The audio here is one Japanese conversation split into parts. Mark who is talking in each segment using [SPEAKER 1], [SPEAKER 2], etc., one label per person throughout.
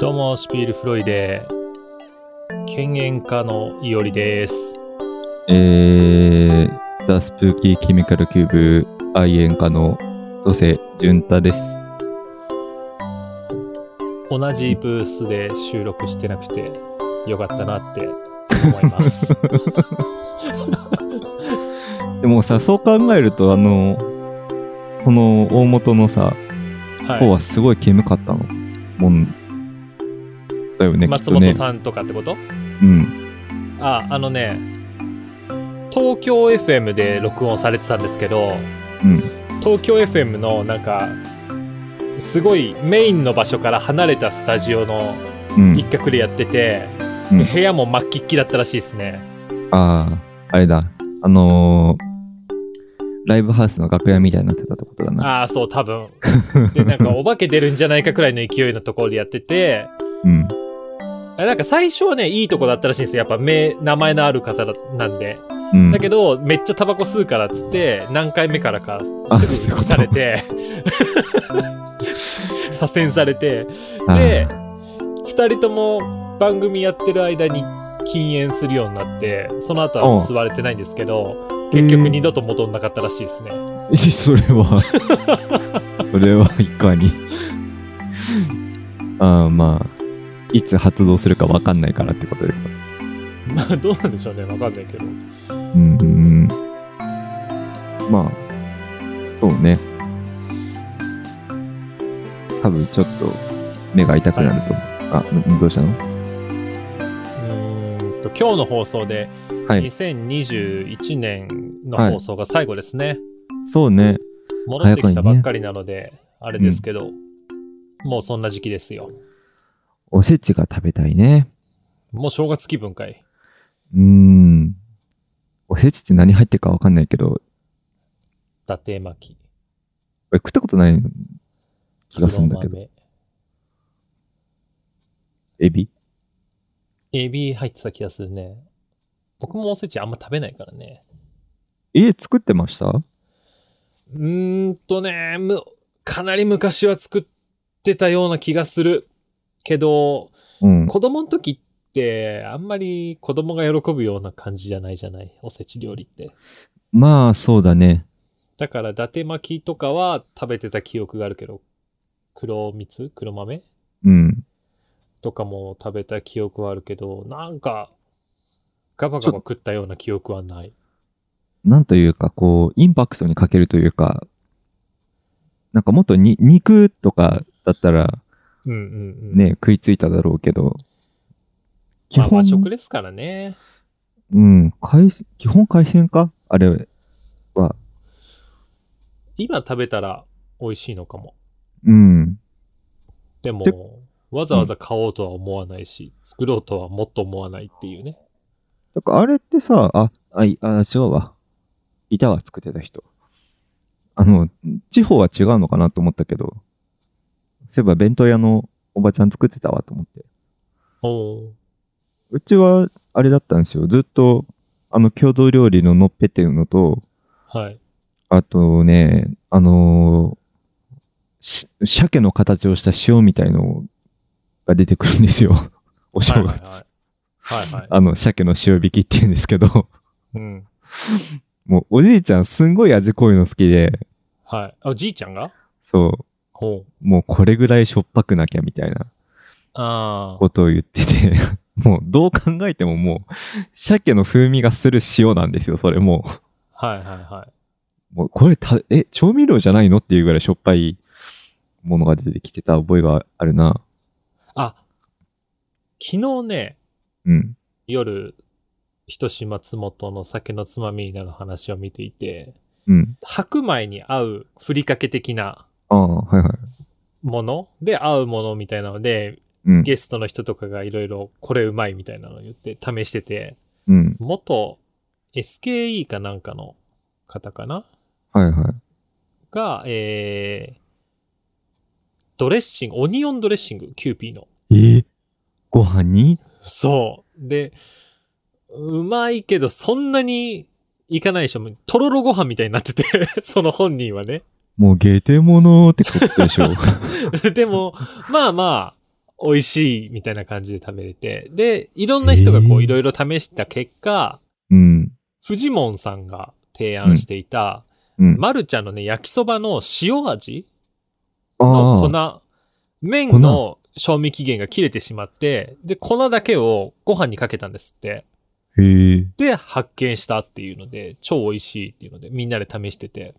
[SPEAKER 1] どうも、シュピールフロイデ犬猿家のいおりです。
[SPEAKER 2] えー、ザ・スプーキー・ケミカル・キューブ愛煙家の土瀬淳太です。
[SPEAKER 1] 同じブースで収録してなくてよかったなって思い ます。
[SPEAKER 2] でもさ、そう考えると、あの、この大元のさ、方
[SPEAKER 1] は
[SPEAKER 2] はすごい煙かったの。もん、だよ
[SPEAKER 1] い。
[SPEAKER 2] ね、きっ
[SPEAKER 1] 松
[SPEAKER 2] とね。
[SPEAKER 1] 本さんとかってこと
[SPEAKER 2] うん。
[SPEAKER 1] あ、あのね、東京 FM で録音されてたんですけど、
[SPEAKER 2] うん。
[SPEAKER 1] 東京 FM のなんか、すごいメインの場所から離れたスタジオの
[SPEAKER 2] うん。
[SPEAKER 1] 一角でやってて、
[SPEAKER 2] うん
[SPEAKER 1] 部屋も真っきっきだったらしいですね。
[SPEAKER 2] ああ、あれだ。あのー、ライブハウスの楽屋みたいになってたってことだな。
[SPEAKER 1] ああ、そう、多分。で、なんか、お化け出るんじゃないかくらいの勢いのところでやってて、
[SPEAKER 2] うん。
[SPEAKER 1] あなんか最初はね、いいとこだったらしいんですよ。やっぱ名、名前のある方だなんで。
[SPEAKER 2] うん。
[SPEAKER 1] だけど、めっちゃタバコ吸うからっつって、何回目からか、
[SPEAKER 2] あ
[SPEAKER 1] すぐ
[SPEAKER 2] そうい
[SPEAKER 1] 消
[SPEAKER 2] うこと
[SPEAKER 1] され て、左遷されて、
[SPEAKER 2] あー
[SPEAKER 1] で二人とも番組やってる間に禁煙するようになって、その後は吸われてないんですけど、結局二度と戻んなかったらしいですね。
[SPEAKER 2] え それはそれはいかに ああまあいつ発動するかわかんないからってことですか
[SPEAKER 1] ま あ、どうなんでしょうね。わかんないけど。
[SPEAKER 2] うんうんうんまあそうね多分ちょっと目が痛くなると、あんどうしたの
[SPEAKER 1] うーんと今日の放送で
[SPEAKER 2] はい
[SPEAKER 1] 2021年の放送が最後ですね、
[SPEAKER 2] そうね
[SPEAKER 1] 戻ってきたばっかりなので、あれですけど、もうそんな時期ですよ
[SPEAKER 2] おせちが食べたいね
[SPEAKER 1] もう正月気分かいう
[SPEAKER 2] ーんおせちって何入ってるかわかんないけど
[SPEAKER 1] 伊達巻
[SPEAKER 2] 俺食ったことないの気がするんだけど
[SPEAKER 1] 黒豆
[SPEAKER 2] エビ
[SPEAKER 1] エビ入ってた気がするね僕もおせちあんま食べないからね
[SPEAKER 2] 家作ってました
[SPEAKER 1] うーんとねむかなり昔は作ってたような気がするけど
[SPEAKER 2] うん
[SPEAKER 1] 子供の時ってあんまり子供が喜ぶような感じじゃないじゃないおせち料理って
[SPEAKER 2] まあ、そうだね。
[SPEAKER 1] だから伊達巻きとかは食べてた記憶があるけど黒蜜黒豆
[SPEAKER 2] うん。
[SPEAKER 1] とかも食べた記憶はあるけどなんかガバガバ食ったような記憶はない
[SPEAKER 2] なんというか、こう、インパクトに欠けるというか、なんかもっとに肉とかだったら
[SPEAKER 1] うんうんうん
[SPEAKER 2] ね、食いついただろうけど、
[SPEAKER 1] まあ和食ですからね
[SPEAKER 2] うん、海鮮基本海鮮かあれは、
[SPEAKER 1] 今食べたら美味しいのかも
[SPEAKER 2] うん、
[SPEAKER 1] でも
[SPEAKER 2] て
[SPEAKER 1] わざわざ買おうとは思わないし、作ろうとはもっと思わないっていうね
[SPEAKER 2] だからあれってさ、あ、あ、いあ違うわ。いたわ、作ってた人。あの、地方は違うのかなと思ったけど、そういえば弁当屋のおばちゃん作ってたわと思って。
[SPEAKER 1] おー
[SPEAKER 2] うちは、あれだったんですよ。ずっと、あの、郷土料理ののっぺっていうのと、
[SPEAKER 1] はい
[SPEAKER 2] あとね、あのーし鮭の形をした塩みたいのが出てくるんですよ。 お正月。
[SPEAKER 1] はいはいはいはいはい
[SPEAKER 2] あの、鮭の塩引きって言うんですけど、
[SPEAKER 1] うん
[SPEAKER 2] もうおじいちゃんすんごい味濃いの好きで、
[SPEAKER 1] はいあじいちゃんが
[SPEAKER 2] そう、
[SPEAKER 1] ほう
[SPEAKER 2] もうこれぐらいしょっぱくなきゃみたいな
[SPEAKER 1] ああ
[SPEAKER 2] ことを言ってて、 もうどう考えてももう、鮭の風味がする塩なんですよ、それもう。
[SPEAKER 1] はいはいはい
[SPEAKER 2] もうこれた、え、調味料じゃないのっていうぐらいしょっぱいものが出てきてた覚えがあるな。
[SPEAKER 1] あ、昨日ね、
[SPEAKER 2] うん。
[SPEAKER 1] 夜、人志松本の酒のつまみになる話を見ていて、
[SPEAKER 2] うん。
[SPEAKER 1] 白米に合うふりかけ的な
[SPEAKER 2] ああ、はいはい。
[SPEAKER 1] もので合うものみたいなので、
[SPEAKER 2] うん。
[SPEAKER 1] ゲストの人とかがいろいろこれうまいみたいなのを言って試してて、
[SPEAKER 2] うん。
[SPEAKER 1] 元 SKE かなんかの方かな
[SPEAKER 2] はいはい。
[SPEAKER 1] が、えー、ドレッシング、オニオンドレッシング、キューピーの。
[SPEAKER 2] えーご飯に
[SPEAKER 1] そう。で、うまいけど、そんなにいかないでしょ。もうとろろご飯みたいになってて、 その本人は ね。
[SPEAKER 2] もうゲテモノってことでしょ。
[SPEAKER 1] でも、まあまあ、美味しいみたいな感じで食べれて。で、いろんな人がこ
[SPEAKER 2] へー
[SPEAKER 1] ういろいろ試した結果、
[SPEAKER 2] うん。
[SPEAKER 1] フジモンさんが提案していた、
[SPEAKER 2] うん。
[SPEAKER 1] マルちゃんのね、焼きそばの塩味の
[SPEAKER 2] ああ。
[SPEAKER 1] 粉、麺の賞味期限が切れてしまって、で、粉だけをご飯にかけたんですって。
[SPEAKER 2] へえ。
[SPEAKER 1] で、発見したっていうので、超美味しいっていうので、みんなで試してて。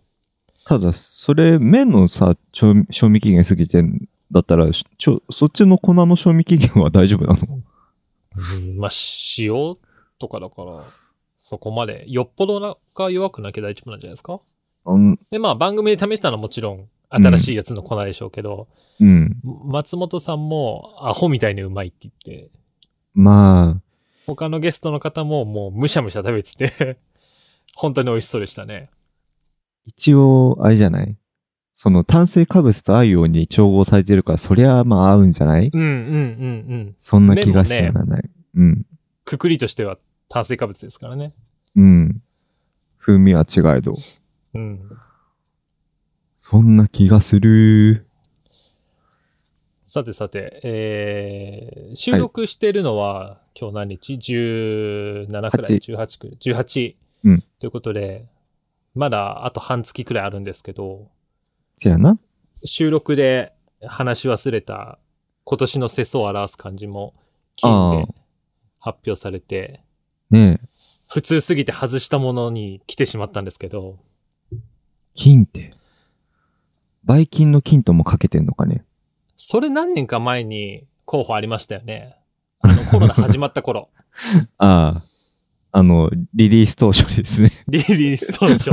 [SPEAKER 2] ただ、それ、麺のさ、賞味賞味期限過ぎてんだったら、しょそっちの粉の賞味期限は大丈夫なの
[SPEAKER 1] うん、まあ、塩とかだから、そこまで、よっぽどなんか弱くなきゃ大丈夫なんじゃないですか
[SPEAKER 2] うん。
[SPEAKER 1] で、まあ、番組で試したのはもちろん、新しいやつの粉でしょうけど、
[SPEAKER 2] うん。
[SPEAKER 1] 松本さんも、アホみたいにうまいって言って、
[SPEAKER 2] まあ、
[SPEAKER 1] 他のゲストの方ももうむしゃむしゃ食べてて 本当に美味しそうでしたね。
[SPEAKER 2] 一応、あれじゃないその炭水化物と合うように調合されてるから、そりゃまあ合うんじゃない
[SPEAKER 1] うんうんうんうん。
[SPEAKER 2] そんな気がしてならない。うん。
[SPEAKER 1] くくりとしては炭水化物ですからね。
[SPEAKER 2] うん。風味は違えど。
[SPEAKER 1] うん。
[SPEAKER 2] そんな気がする。
[SPEAKER 1] さてさて、えー収録してるのは、今日何日 ?17 くらい ?18
[SPEAKER 2] 八
[SPEAKER 1] くらい ?18。
[SPEAKER 2] うん
[SPEAKER 1] ということで、まだあと半月くらいあるんですけど、
[SPEAKER 2] せやな。
[SPEAKER 1] 収録で話し忘れた今年の世相を表す漢字も金で発表されて、
[SPEAKER 2] ねえ、
[SPEAKER 1] 普通すぎて外したものに来てしまったんですけど、
[SPEAKER 2] 金って。バイキンの金ともかけてんのかね。
[SPEAKER 1] それ何年か前に候補ありましたよね。あのコロナ始まった 頃。
[SPEAKER 2] ああ、あの、リリース当初ですね。
[SPEAKER 1] リリース当初。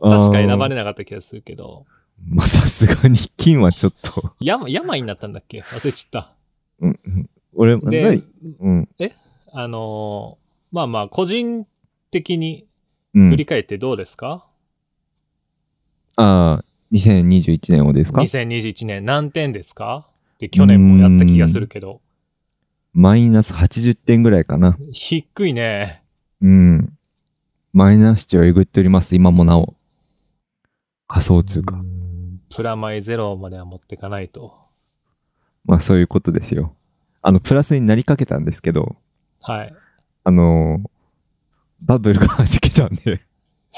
[SPEAKER 1] 確か選ばれ
[SPEAKER 2] れ。
[SPEAKER 1] なかった気がするけど。
[SPEAKER 2] まあ、さすがに金はちょっと。
[SPEAKER 1] や、病になったんだっけ忘れちゃっ
[SPEAKER 2] うん、うん俺、
[SPEAKER 1] た。
[SPEAKER 2] な
[SPEAKER 1] で
[SPEAKER 2] い、うん。
[SPEAKER 1] あのーまあまあ、個人的に
[SPEAKER 2] うん
[SPEAKER 1] 振、り返ってどうですか、
[SPEAKER 2] ああ、2021年をですか
[SPEAKER 1] ?2021 年何点ですかで去年もやった気がするけど。
[SPEAKER 2] マイナス80点ぐらいかな。
[SPEAKER 1] 低いね。
[SPEAKER 2] うん。マイナス値をえぐっております、今もなお。仮想通貨。
[SPEAKER 1] うんプラマイゼロまでは持ってかないと。
[SPEAKER 2] まあそういうことですよ。あの、プラスになりかけたんですけど、
[SPEAKER 1] はい。
[SPEAKER 2] あのーバブルが弾けたんで、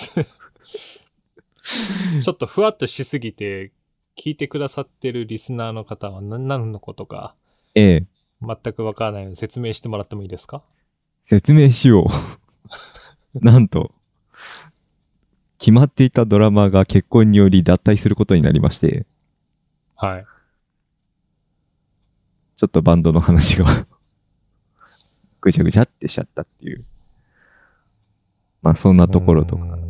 [SPEAKER 1] ちょっとふわっとしすぎて、聞いてくださってるリスナーの方は何何のことか
[SPEAKER 2] ええ、
[SPEAKER 1] 全くわからないので説明してもらってもいいですか
[SPEAKER 2] 説明しよう。 なんと、決まっていたドラマが結婚により脱退することになりまして、
[SPEAKER 1] はい。
[SPEAKER 2] ちょっとバンドの話が、ぐちゃぐちゃってしちゃったっていう。まあそんなところとか。
[SPEAKER 1] うん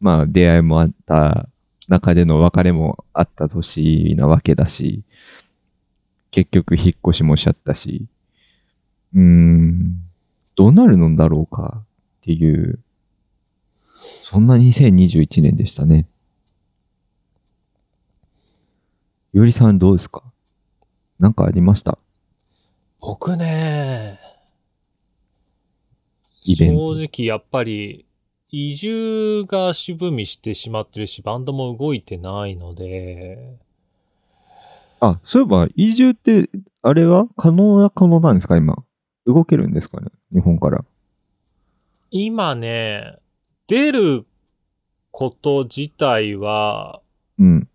[SPEAKER 2] まあ出会いもあった中での別れもあった年なわけだし、結局引っ越しもしちゃったし、うーん、どうなるのだろうかっていう、そんな2021年でしたね。いおりさんどうですかなんかありました
[SPEAKER 1] 僕ね、
[SPEAKER 2] イベン
[SPEAKER 1] 正
[SPEAKER 2] ト
[SPEAKER 1] 直やっぱり移住が渋みしてしまってるし、バンドも動いてないので、
[SPEAKER 2] あ、そういえば移住って、あれは可能は可能なんですか今。動けるんですかね日本から。
[SPEAKER 1] 今ね、出ること自体は、
[SPEAKER 2] うん。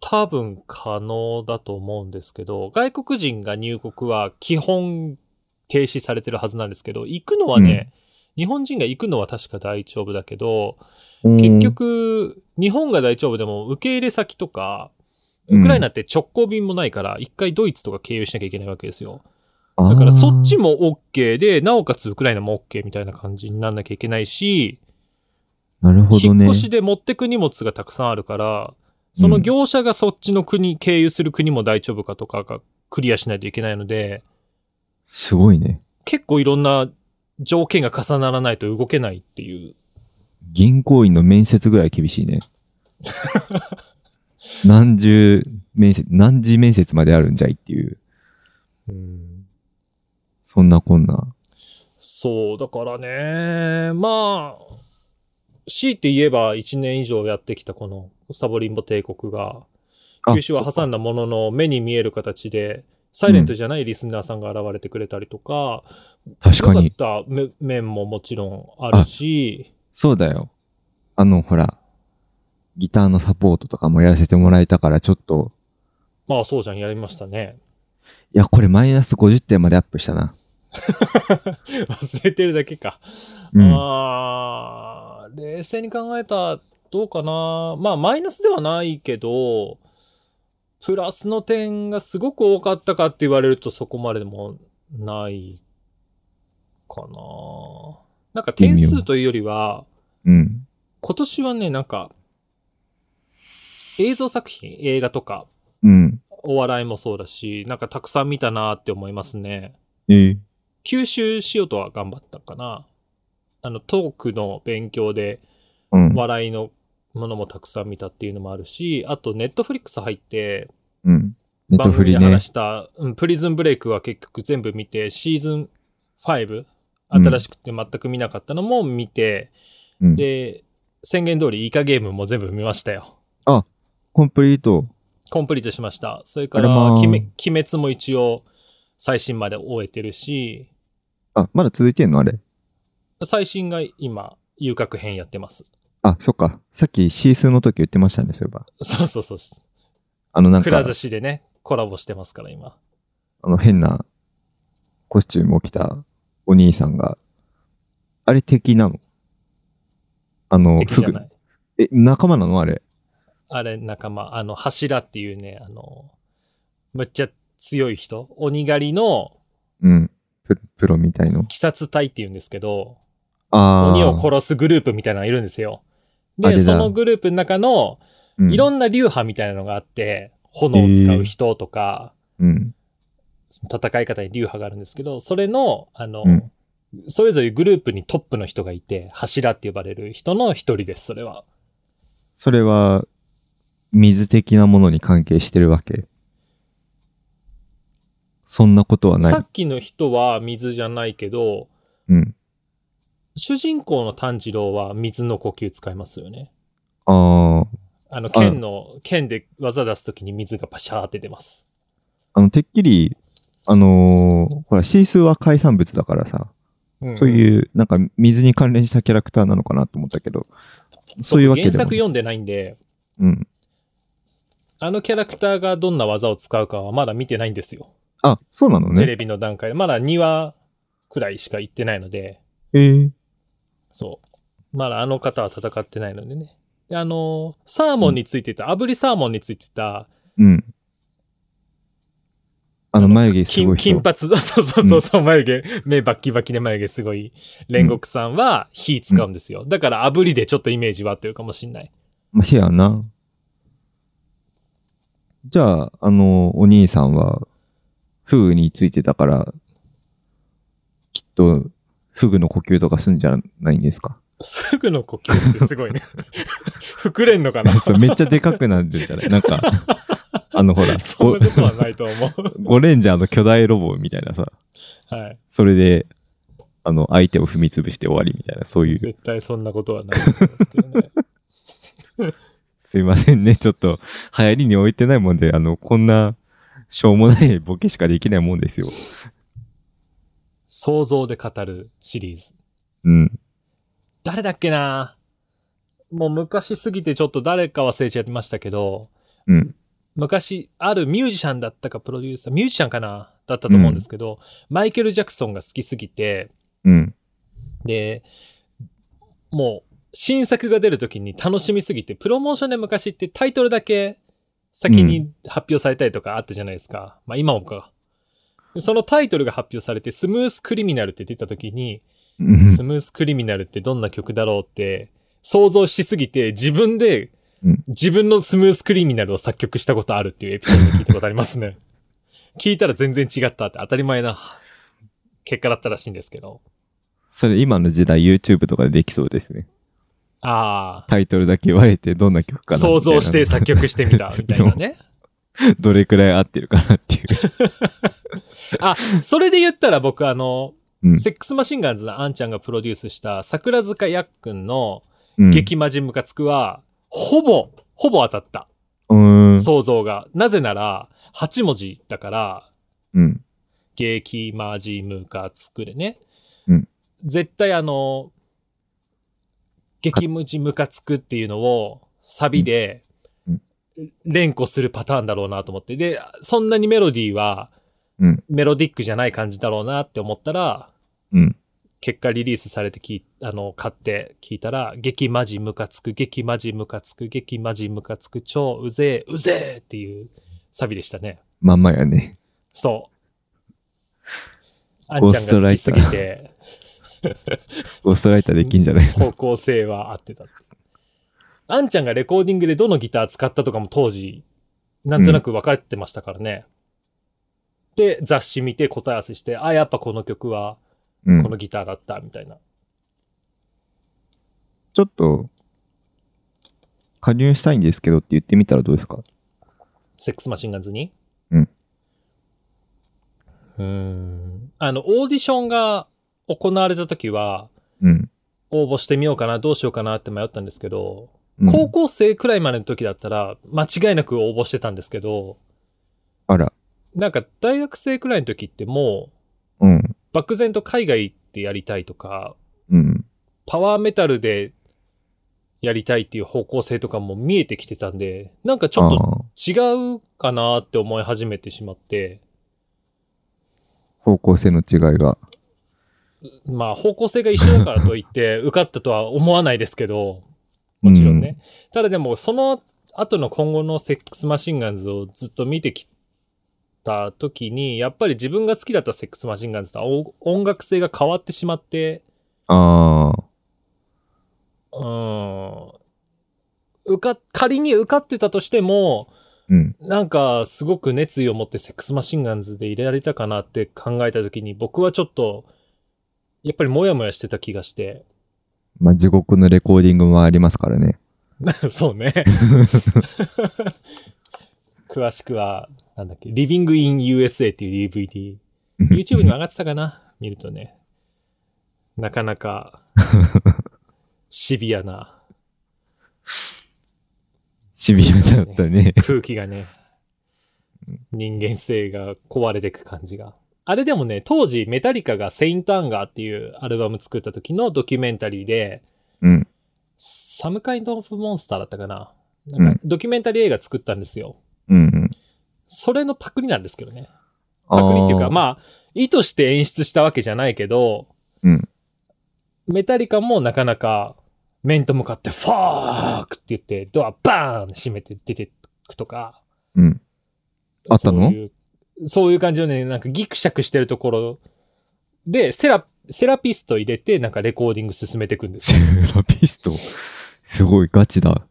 [SPEAKER 1] 多分可能だと思うんですけど、外国人が入国は基本停止されてるはずなんですけど、行くのはね、日本人が行くのは確か大丈夫だけど、結局、日本が大丈夫でも受け入れ先とか、
[SPEAKER 2] うん
[SPEAKER 1] ウクライナって直行便もないから、一回ドイツとか経由しなきゃいけないわけですよ。
[SPEAKER 2] あー、
[SPEAKER 1] だ
[SPEAKER 2] だ
[SPEAKER 1] からそっちも OK で、なおかつウクライナも OK みたいな感じになんなきゃいけないし、
[SPEAKER 2] なるほど
[SPEAKER 1] 引
[SPEAKER 2] ね
[SPEAKER 1] っ。越しで持ってく荷物がたくさんあるから、その業者がそっちの国、経由する国も大丈夫かとかがクリアしないといけないので、
[SPEAKER 2] すごいね。
[SPEAKER 1] 結構いろんな条件が重ならないと動けないっていう。
[SPEAKER 2] 銀行員の面接ぐらい厳し いね。何十面接、何時面接まであるんじゃいっていう。そんなこんな。
[SPEAKER 1] そう、だからね、まあ、強いて言えば1年以上やってきたこのサボリンボ帝国が、
[SPEAKER 2] あ
[SPEAKER 1] 休止は挟んだものの、目に見える形で、サイレントじゃないリスナーさんが現れてくれたりとか、
[SPEAKER 2] 確かに。
[SPEAKER 1] 良かっため面ももちろんあるし、
[SPEAKER 2] そうだよ。あの、ほら、ギターのサポートとかもやらせてもらえたから、ちょっと、
[SPEAKER 1] まあそうじゃん、やりましたね。
[SPEAKER 2] いや、これマイナス50点までアップしたな。
[SPEAKER 1] 忘れてるだけか。
[SPEAKER 2] うん。
[SPEAKER 1] あー冷静に考えたらどうかなまあマイナスではないけどプラスの点がすごく多かったかって言われるとそこまででもないかななんか点数というよりは
[SPEAKER 2] うん。
[SPEAKER 1] 今年はねなんか映像作品映画とか
[SPEAKER 2] うん。
[SPEAKER 1] お笑いもそうだしなんかたくさん見たなって思いますね
[SPEAKER 2] ええ
[SPEAKER 1] 吸収しようとは頑張ったかなあのトークの勉強で
[SPEAKER 2] うん。
[SPEAKER 1] 笑いのものもたくさん見たっていうのもあるし、あと、ネットフリックス入って、
[SPEAKER 2] うん。ネット
[SPEAKER 1] 番
[SPEAKER 2] フ
[SPEAKER 1] 組
[SPEAKER 2] リ
[SPEAKER 1] で
[SPEAKER 2] ね
[SPEAKER 1] 話。した、うんプリズンブレイクは結局全部見て、シーズン 5? 新しくて全く見なかったのも見て、
[SPEAKER 2] うん。
[SPEAKER 1] で、宣言通りイカゲームも全部見ましたよ。
[SPEAKER 2] コンプリート。
[SPEAKER 1] コンプリートしました。それから、
[SPEAKER 2] あらまあ
[SPEAKER 1] 鬼滅鬼滅も一応最新まで終えてるし、
[SPEAKER 2] あ、まだ続いてんのあれ。
[SPEAKER 1] 最新が今、遊郭編やってます。
[SPEAKER 2] あ、そっか。さっきシースーの時言ってましたね、そういえば。
[SPEAKER 1] そうそうそう。
[SPEAKER 2] あの、なん
[SPEAKER 1] く、
[SPEAKER 2] から
[SPEAKER 1] 寿司でね、コラボしてますから、今。
[SPEAKER 2] あの、変なコスチュームを着たお兄さんが、あれ敵なのあの、
[SPEAKER 1] 敵じゃない。
[SPEAKER 2] フグえ、仲間なのあれ。
[SPEAKER 1] あれ、仲間、あの、柱っていうね、あの、むっちゃ強い人、鬼狩りの
[SPEAKER 2] うん。ププロみたいの。
[SPEAKER 1] 鬼殺隊って言うんですけど、
[SPEAKER 2] ああ。
[SPEAKER 1] 鬼を殺すグループみたいなのがいるんですよ。
[SPEAKER 2] あれ
[SPEAKER 1] で、
[SPEAKER 2] だ
[SPEAKER 1] そのグループの中の、
[SPEAKER 2] うん
[SPEAKER 1] いろんな流派みたいなのがあって、炎を使う人とか、
[SPEAKER 2] うん。
[SPEAKER 1] 戦い方に流派があるんですけど、それの、あの、
[SPEAKER 2] うん
[SPEAKER 1] それぞれグループにトップの人がいて、柱って呼ばれる人の一人です、それは。
[SPEAKER 2] それは、水的なものに関係してるわけ。そんなことはない
[SPEAKER 1] さ。っきの人は水じゃないけど、
[SPEAKER 2] うん。
[SPEAKER 1] 主人公の炭治郎は水の呼吸使いますよね。
[SPEAKER 2] ああ。
[SPEAKER 1] あの、剣の、剣で技出すときに水がパシャーって出ます。
[SPEAKER 2] あの、てっきり、あのーほら、シースーは海産物だからさ、そう
[SPEAKER 1] うん。
[SPEAKER 2] いう、なんか、水に関連したキャラクターなのかなと思ったけど、そういうわけ
[SPEAKER 1] 原
[SPEAKER 2] でも
[SPEAKER 1] 作
[SPEAKER 2] ない。
[SPEAKER 1] 読んでないんで、
[SPEAKER 2] うん。
[SPEAKER 1] あのキャラクターがどんな技を使うかはまだ見てないんですよ。
[SPEAKER 2] あ、そうなの
[SPEAKER 1] テ
[SPEAKER 2] ね。
[SPEAKER 1] レビの段階で。まだ2話くらいしか行ってないので、
[SPEAKER 2] えー、
[SPEAKER 1] そう。まだあの方は戦ってないのでね。であの、サーモンについてた、炙りサーモンについてた、
[SPEAKER 2] うん。あ
[SPEAKER 1] あの
[SPEAKER 2] の、眉毛すご
[SPEAKER 1] 金
[SPEAKER 2] い人
[SPEAKER 1] 金髪、 そうそうそうそう、眉毛、目バッキバキで眉毛すごい、煉獄さんは火使うんですよ。だから炙りでちょっとイメージは合ってるかもしんない。
[SPEAKER 2] まあ、せやな。じゃあ、あの、お兄さんは、フグについてたから、きっと、フグの呼吸とかすんじゃないんで すか
[SPEAKER 1] フグの呼吸ってすごいね。 膨れんのかな
[SPEAKER 2] そうめっちゃでかくなるんじゃないなんか、あの、ほら、
[SPEAKER 1] そんなことはないと思 う。
[SPEAKER 2] ゴゴレンジャーの巨大ロボみたいなさ、
[SPEAKER 1] はい。
[SPEAKER 2] それで、あの、相手を踏み潰して終わりみたいな、そういう、
[SPEAKER 1] 絶対そんなことはないと思いますけどね。
[SPEAKER 2] すいませんね、ちょっと、流行りに置いてないもんで、あの、こんな、しょうもないボケしかできないもんですよ。
[SPEAKER 1] 想像で語るシリーズ。
[SPEAKER 2] うん。
[SPEAKER 1] 誰だっけなもう昔すぎてちょっと誰か忘れちゃいましたけど、
[SPEAKER 2] うん
[SPEAKER 1] 昔あるミュージシャンだったかプロデューサー、ミュージシャンかなだったと思うんですけど、マイケル・ジャクソンが好きすぎて、
[SPEAKER 2] うん。
[SPEAKER 1] で、もう新作が出るときに楽しみすぎて、プロモーションで昔ってタイトルだけ先に発表されたりとかあったじゃないですか。まあ今もか。でそのタイトルが発表されて、スムースクリミナルって出たときに、
[SPEAKER 2] うん
[SPEAKER 1] スムースクリミナルってどんな曲だろうって想像しすぎて自分で
[SPEAKER 2] うん
[SPEAKER 1] 自分のスムースクリミナルを作曲したことあるっていうエピソードで聞いたことあります ね。聞いたら全然違ったって当たり前な結果だったらしいんですけど。
[SPEAKER 2] それ今の時代 YouTube とかでできそうですね。
[SPEAKER 1] あ
[SPEAKER 2] タイトルだけ言われてどんな曲か
[SPEAKER 1] あ、
[SPEAKER 2] な
[SPEAKER 1] 想像して
[SPEAKER 2] みたい
[SPEAKER 1] 作曲してみたみたいな ね。
[SPEAKER 2] な どれくらい合ってるかなっていう。
[SPEAKER 1] あ、それで言ったら僕あの、
[SPEAKER 2] うん
[SPEAKER 1] セックスマシンガンズのあんちゃんがプロデュースした桜塚やっくんの
[SPEAKER 2] うん
[SPEAKER 1] 激マジムカつくは、ほぼ、ほぼ当たった。
[SPEAKER 2] うーんうん
[SPEAKER 1] 想像が。なぜなら、8文字だから、
[SPEAKER 2] うん。
[SPEAKER 1] ゲーキーマージームーカー作れね。
[SPEAKER 2] うん
[SPEAKER 1] 絶対あの、激ムジムカつくっていうのをサビで
[SPEAKER 2] うん
[SPEAKER 1] 連呼するパターンだろうなと思って。で、そんなにメロディーは
[SPEAKER 2] うん
[SPEAKER 1] メロディックじゃない感じだろうなって思ったら、
[SPEAKER 2] うん。
[SPEAKER 1] 結果リリースされてきあの買って聞いたら「激マジムカつく激マジムカつく激マジムカつく超うぜえうぜえ」っていうサビでしたね
[SPEAKER 2] まんまやね。
[SPEAKER 1] そうあん
[SPEAKER 2] ゴー
[SPEAKER 1] ちゃん
[SPEAKER 2] スト
[SPEAKER 1] が
[SPEAKER 2] ラ
[SPEAKER 1] 好
[SPEAKER 2] イ
[SPEAKER 1] き
[SPEAKER 2] タ
[SPEAKER 1] す
[SPEAKER 2] ー
[SPEAKER 1] ぎて
[SPEAKER 2] ゴーストライターできんじゃない
[SPEAKER 1] 方向性は合ってたあんちゃんがレコーディングでどのギター使ったとかも当時なんとなく分かってましたからね、で雑誌見て答え合わせしてあやっぱこの曲は
[SPEAKER 2] う
[SPEAKER 1] この
[SPEAKER 2] ん。
[SPEAKER 1] ギターだったみたいな、
[SPEAKER 2] ちょっと、加入したいんですけどって言ってみたらどうですか
[SPEAKER 1] セックスマシンガンズに
[SPEAKER 2] うん。
[SPEAKER 1] うーん。あの、オーディションが行われた時は、
[SPEAKER 2] うん。
[SPEAKER 1] 応募してみようかな、どうしようかなって迷ったんですけど、
[SPEAKER 2] うん
[SPEAKER 1] 高校生くらいまでの時だったら、間違いなく応募してたんですけど、
[SPEAKER 2] あら。
[SPEAKER 1] なんか大学生くらいの時っても
[SPEAKER 2] うん
[SPEAKER 1] う、。漠然と海外行ってやりたいとか、
[SPEAKER 2] うん。
[SPEAKER 1] パワーメタルでやりたいっていう方向性とかも見えてきてたんで、なんかちょっと
[SPEAKER 2] あー
[SPEAKER 1] 違うかなって思い始めてしまって、
[SPEAKER 2] 方向性の違いが。
[SPEAKER 1] まあ方向性が一緒だからといって受かったとは思わないですけど、もちろんね。ただでもその後の今後のセックスマシンガンズをずっと見てきた時に、やっぱり自分が好きだったセックスマシンガンズとはお音楽性が変わってしまって、
[SPEAKER 2] ああ。
[SPEAKER 1] うーん、受か、仮に受かってたとしても、
[SPEAKER 2] うん。
[SPEAKER 1] なんかすごく熱意を持ってセックスマシンガンズで入れられたかなって考えた時に僕はちょっと、やっぱりモヤモヤしてた気がして、
[SPEAKER 2] まあ、地獄のレコーディングもありますからね。
[SPEAKER 1] そうね。詳しくは、なんだっけ、Living in USA っていう DVD。YouTube にも上がってたかな見るとね。なかなか、シビアな
[SPEAKER 2] シビアだったね。
[SPEAKER 1] 空気がね、人間性が壊れてく感じが。あれでもね、当時メタリカがセイントアンガーっていうアルバム作った時のドキュメンタリーで、
[SPEAKER 2] うん。
[SPEAKER 1] サムカインドオブモンスターだったかななんかドキュメンタリー映画作ったんですよ。
[SPEAKER 2] うんうん。
[SPEAKER 1] それのパクリなんですけどね。
[SPEAKER 2] あ
[SPEAKER 1] パ
[SPEAKER 2] ー
[SPEAKER 1] クリっていう か、まあ、意図して演出したわけじゃないけど、
[SPEAKER 2] うん
[SPEAKER 1] メタリカもなかなか面と向かって、ファークって言って、ドアバーン閉めて出てくとか。
[SPEAKER 2] うん。あった
[SPEAKER 1] そ
[SPEAKER 2] の
[SPEAKER 1] ういうそういう感じのね、なんかギクシャクしてるところで、セラ、セラピスト入れて、なんかレコーディング進めていくんです
[SPEAKER 2] セ
[SPEAKER 1] よ。
[SPEAKER 2] ラピスト。すごいガチだ。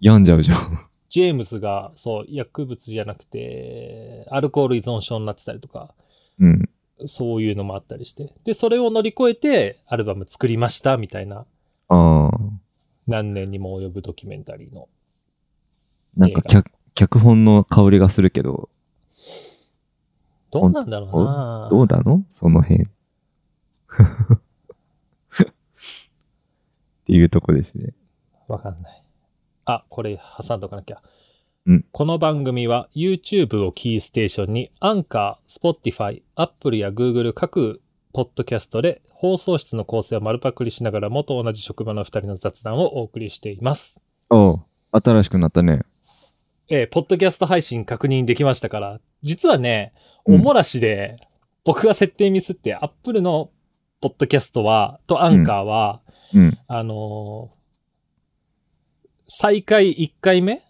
[SPEAKER 2] 病んじゃうじ ゃん。
[SPEAKER 1] ジェームズが、そう、薬物じゃなくて、アルコール依存症になってたりとか、
[SPEAKER 2] うん。
[SPEAKER 1] そういうのもあったりして。で、それを乗り越えて、アルバム作りました、みたいな、
[SPEAKER 2] ああ。
[SPEAKER 1] 何年にも及ぶドキュメンタリーの。
[SPEAKER 2] なんか脚、脚本の香りがするけど、
[SPEAKER 1] どうなんだろうな
[SPEAKER 2] どうなのその辺。 っていうとこですね。
[SPEAKER 1] わかんない。あ、これ挟んどかなきゃ。
[SPEAKER 2] うん
[SPEAKER 1] この番組は YouTube をキーステーションに、アンカー、Spotify、Apple や Google 各ポッドキャストで放送室の構成を丸パクリしながら元同じ職場の2人の雑談をお送りしています。
[SPEAKER 2] おう新しくなったね。
[SPEAKER 1] えーポッドキャスト配信確認できましたから、実はね、
[SPEAKER 2] うん
[SPEAKER 1] おもらしで、僕が設定ミスって、Apple のポッドキャストは、とアンカーは、
[SPEAKER 2] うん。
[SPEAKER 1] あのー再開1回目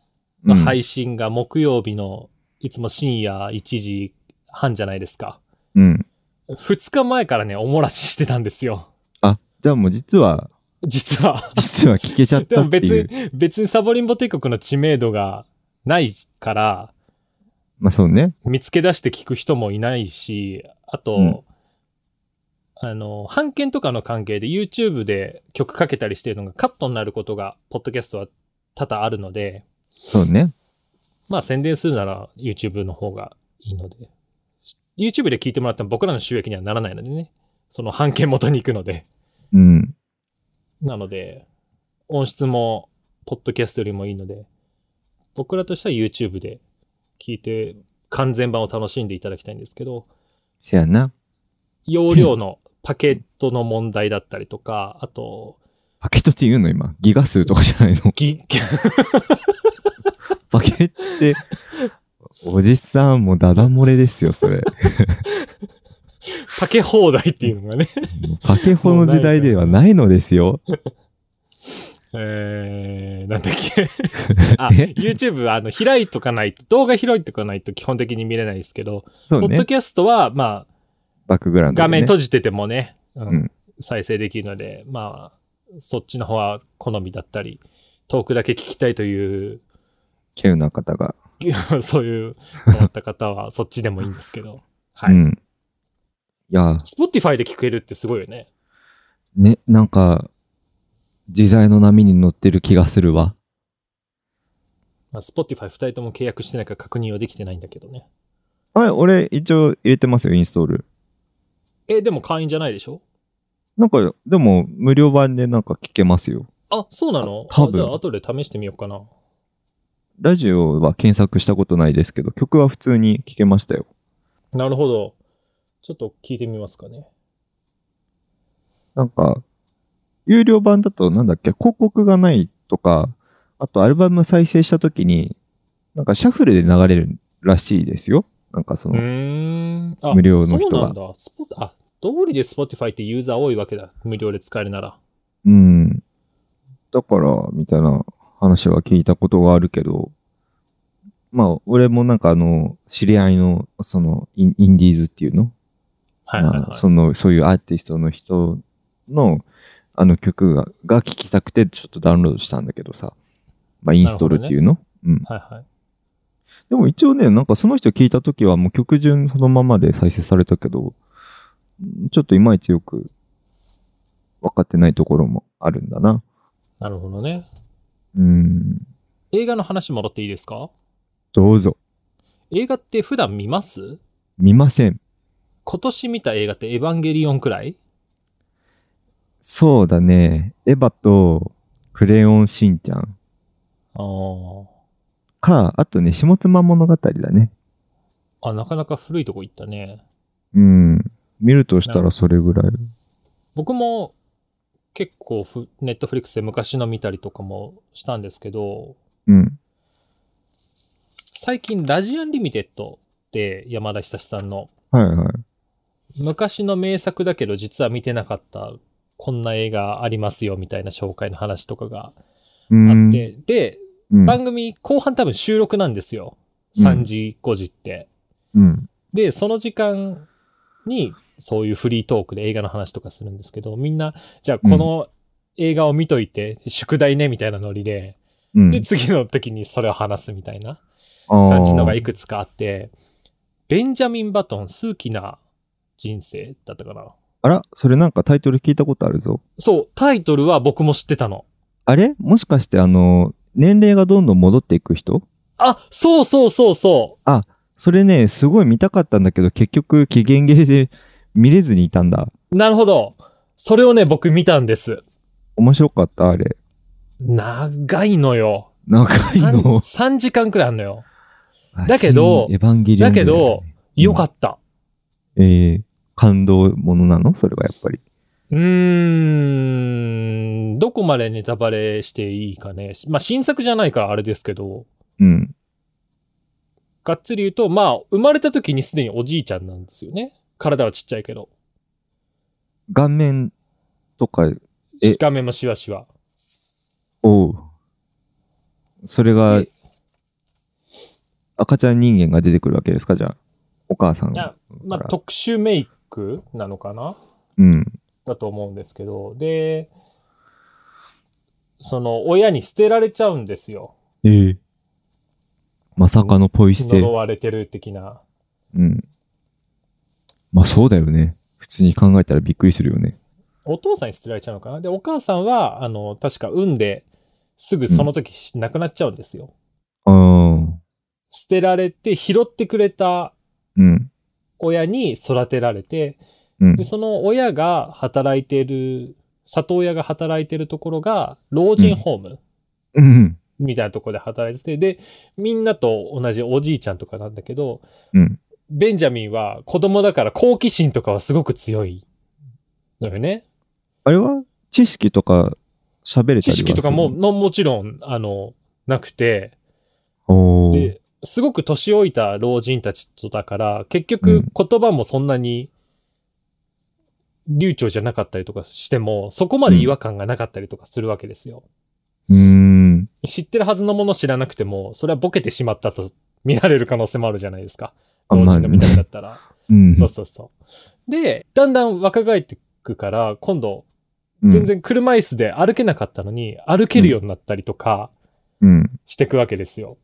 [SPEAKER 2] う
[SPEAKER 1] の
[SPEAKER 2] ん
[SPEAKER 1] 配信が木曜日の、いつも深夜1時半じゃないですか。
[SPEAKER 2] うん。
[SPEAKER 1] 2日前からね、おもらししてたんですよ。
[SPEAKER 2] あ、じゃあもう実は、
[SPEAKER 1] 実は。
[SPEAKER 2] 実は聞けちゃっ
[SPEAKER 1] で
[SPEAKER 2] た
[SPEAKER 1] も
[SPEAKER 2] って
[SPEAKER 1] 別
[SPEAKER 2] いう。
[SPEAKER 1] に、別にサボリンボ帝国の知名度がないから、
[SPEAKER 2] まあそうね。
[SPEAKER 1] 見つけ出して聞く人もいないし、あと、
[SPEAKER 2] うん
[SPEAKER 1] あの、版権とかの関係で YouTube で曲かけたりしてるのがカットになることが、ポッドキャストは多々あるので、
[SPEAKER 2] そうね。
[SPEAKER 1] まあ宣伝するなら YouTube の方がいいので、YouTube で聞いてもらっても僕らの収益にはならないのでね、その版権元に行くので。
[SPEAKER 2] うん。
[SPEAKER 1] なので、音質も、ポッドキャストよりもいいので、僕らとしては YouTube で聞いて、完全版を楽しんでいただきたいんですけど、
[SPEAKER 2] せやな。
[SPEAKER 1] 容量のパケットの問題だったりとか、あと、
[SPEAKER 2] パケットって言うの今。ギガ数とかじゃないの。
[SPEAKER 1] ぎ、
[SPEAKER 2] パケって、おじさんもダダ漏れですよ、そ れ。
[SPEAKER 1] パケ放題っていうのがね、
[SPEAKER 2] もうパケホの時代ではないのですよ。
[SPEAKER 1] えー、なんだっ け。あ、YouTube、あの、開いとかないと、動画開いとかないと基本的に見れないですけど、
[SPEAKER 2] そう
[SPEAKER 1] ポッ
[SPEAKER 2] ね
[SPEAKER 1] ド。キャストは、まあ、
[SPEAKER 2] バックグラウンド、ね。
[SPEAKER 1] 画面閉じててもね、うん
[SPEAKER 2] うん
[SPEAKER 1] 再生できるので、まあ、そっちの方は好みだったり、遠くだけ聞きたいという、
[SPEAKER 2] 稀有な方が。
[SPEAKER 1] そういう変わった方は、そっちでもいいんですけど。はい。
[SPEAKER 2] うん。いや、
[SPEAKER 1] Spotify で聞けるってすごいよね。
[SPEAKER 2] ね、なんか、時代の波に乗ってる気がするわ。
[SPEAKER 1] まあ、Spotify 二人とも契約してないから確認はできてないんだけどね。
[SPEAKER 2] あれ、俺一応入れてますよ、インストール。
[SPEAKER 1] え、でも会員じゃないでしょ
[SPEAKER 2] なんか、でも、無料版でなんか聞けますよ。
[SPEAKER 1] あ、そうなの
[SPEAKER 2] 多分
[SPEAKER 1] あじゃあ後で試してみようかな。
[SPEAKER 2] ラジオは検索したことないですけど、曲は普通に聞けましたよ。
[SPEAKER 1] なるほど。ちょっと聞いてみますかね。
[SPEAKER 2] なんか、有料版だとなんだっけ、広告がないとか、あとアルバム再生した時に、なんかシャッフルで流れるらしいですよ。なんかそうの、
[SPEAKER 1] ーん。あ
[SPEAKER 2] 無料の人が
[SPEAKER 1] そうなんだ。スポあ、通りで Spotify ってユーザー多いわけだ。無料で使えるなら。
[SPEAKER 2] うん。だから、みたいな話は聞いたことがあるけど、まあ、俺もなんかあの、知り合いの、その、インインディーズっていうの
[SPEAKER 1] はいはい
[SPEAKER 2] まあ
[SPEAKER 1] はい。
[SPEAKER 2] その、そういうアーティストの人の、あの曲が、が聴きたくて、ちょっとダウンロードしたんだけどさ、まあ、インストールっていうの、うん。
[SPEAKER 1] はいはい。
[SPEAKER 2] でも一応ね、なんかその人聞いたときはもう曲順そのままで再生されたけど、んちょっといまいちよく分かってないところもあるんだな。
[SPEAKER 1] なるほどね。
[SPEAKER 2] うん、
[SPEAKER 1] 映画の話戻っていいですか
[SPEAKER 2] どうぞ。
[SPEAKER 1] 映画って普段見ます
[SPEAKER 2] 見ません。
[SPEAKER 1] 今年見た映画ってエヴァンゲリオンくらい
[SPEAKER 2] そうだね。エヴァとクレヨンしんちゃん
[SPEAKER 1] あー
[SPEAKER 2] か、あとね、下妻物語だね。
[SPEAKER 1] あ、なかなか古いとこ行ったね。
[SPEAKER 2] うん。見るとしたらそれぐらい。
[SPEAKER 1] 僕も結構ふ、ネットフリックスで昔の見たりとかもしたんですけど、
[SPEAKER 2] うん。
[SPEAKER 1] 最近ラジアンリミテッドって山田久志さんの
[SPEAKER 2] はいはい。
[SPEAKER 1] 昔の名作だけど実は見てなかったこんな映画ありますよみたいな紹介の話とかが
[SPEAKER 2] う
[SPEAKER 1] あ
[SPEAKER 2] ん。
[SPEAKER 1] って、で、
[SPEAKER 2] うん、
[SPEAKER 1] 番組後半多分収録なんですよ。
[SPEAKER 2] うん
[SPEAKER 1] 3時、5時って。
[SPEAKER 2] うん。
[SPEAKER 1] で、その時間にそういうフリートークで映画の話とかするんですけど、みんな、じゃあこの映画を見といて、宿題ねみたいなノリで、
[SPEAKER 2] うん。
[SPEAKER 1] で、次の時にそれを話すみたいな
[SPEAKER 2] 感
[SPEAKER 1] 感じのがいくつかあって、ベンジャミン・バトン、数奇な人生だったかな。
[SPEAKER 2] あら、それなんかタイトル聞いたことあるぞ。
[SPEAKER 1] そう、タイトルは僕も知ってたの。
[SPEAKER 2] あれもしかしてあの、年齢がどんどん戻っていく人
[SPEAKER 1] あ、そうそうそうそ
[SPEAKER 2] それね、すごい見たかったんだけど、結局期限切れで見れずにいたんだ。
[SPEAKER 1] う。なるほど。それをね、僕見たんです。
[SPEAKER 2] 面白かった、あれ。
[SPEAKER 1] 長いのよ。
[SPEAKER 2] 長い
[SPEAKER 1] 3,
[SPEAKER 2] の。
[SPEAKER 1] 3時間くらいあるのよ。だけど
[SPEAKER 2] 新エヴァンゲリオン
[SPEAKER 1] だけど、よかった。
[SPEAKER 2] えー、感動ものなのそれはやっぱり。
[SPEAKER 1] うーん、どこまでネタバレしていいかね。まあ、新作じゃないからあれですけど、
[SPEAKER 2] うん。
[SPEAKER 1] がっつり言うと、まあ、生まれた時にすでにおじいちゃんなんですよね。体はちっちゃいけど。
[SPEAKER 2] 顔面とかえ
[SPEAKER 1] 画面もしわしわ。
[SPEAKER 2] を、それが
[SPEAKER 1] で
[SPEAKER 2] 赤ちゃん人間が出てくるわけですかじゃあ、お母さん
[SPEAKER 1] いや
[SPEAKER 2] が。
[SPEAKER 1] まあ、特殊メイクなのかな
[SPEAKER 2] うん。
[SPEAKER 1] だと思うんですけど、で、その親に捨てられちゃうんですよ。
[SPEAKER 2] えーまさかのポイ捨て。
[SPEAKER 1] 呪われてる的な。
[SPEAKER 2] うん。まあそうだよね。普通に考えたらびっくりするよね。
[SPEAKER 1] お父さんに捨てられちゃうのかなで、お母さんは、あの、確か産んで、すぐその時し亡くなっちゃうんですよ。
[SPEAKER 2] ああ。
[SPEAKER 1] 捨てられて、拾ってくれた
[SPEAKER 2] うん。
[SPEAKER 1] 親に育てられて、
[SPEAKER 2] うん
[SPEAKER 1] で、。その親が働いてる、里親が働いてるところが、老人ホーム
[SPEAKER 2] うん。
[SPEAKER 1] みたいなところで働いてて、で、みんなと同じおじいちゃんとかなんだけど、
[SPEAKER 2] うん。
[SPEAKER 1] ベンジャミンは子供だから好奇心とかはすごく強いのよね。
[SPEAKER 2] あれは知識とか喋れたりは
[SPEAKER 1] 知識とかも、
[SPEAKER 2] する
[SPEAKER 1] のもちろん、あの、なくて、
[SPEAKER 2] おー
[SPEAKER 1] で、すごく年老いた老人たちとだから、結
[SPEAKER 2] う
[SPEAKER 1] 局
[SPEAKER 2] ん
[SPEAKER 1] 言葉もそんなに流暢じゃなかったりとかしても、そこまで違和感がなかったりとかするわけですよ。
[SPEAKER 2] うーん。
[SPEAKER 1] 知ってるはずのもの知らなくても、それはボケてしまったと見られる可能性もあるじゃないですか。
[SPEAKER 2] あ
[SPEAKER 1] 老
[SPEAKER 2] まあ
[SPEAKER 1] 人の見た目だったら。
[SPEAKER 2] うん。
[SPEAKER 1] そうそうそう。で、だんだん若返ってくから、今度、
[SPEAKER 2] うん
[SPEAKER 1] 全。然車椅子で歩けなかったのに、歩けるようになったりとか
[SPEAKER 2] うん。
[SPEAKER 1] してくわけですよ。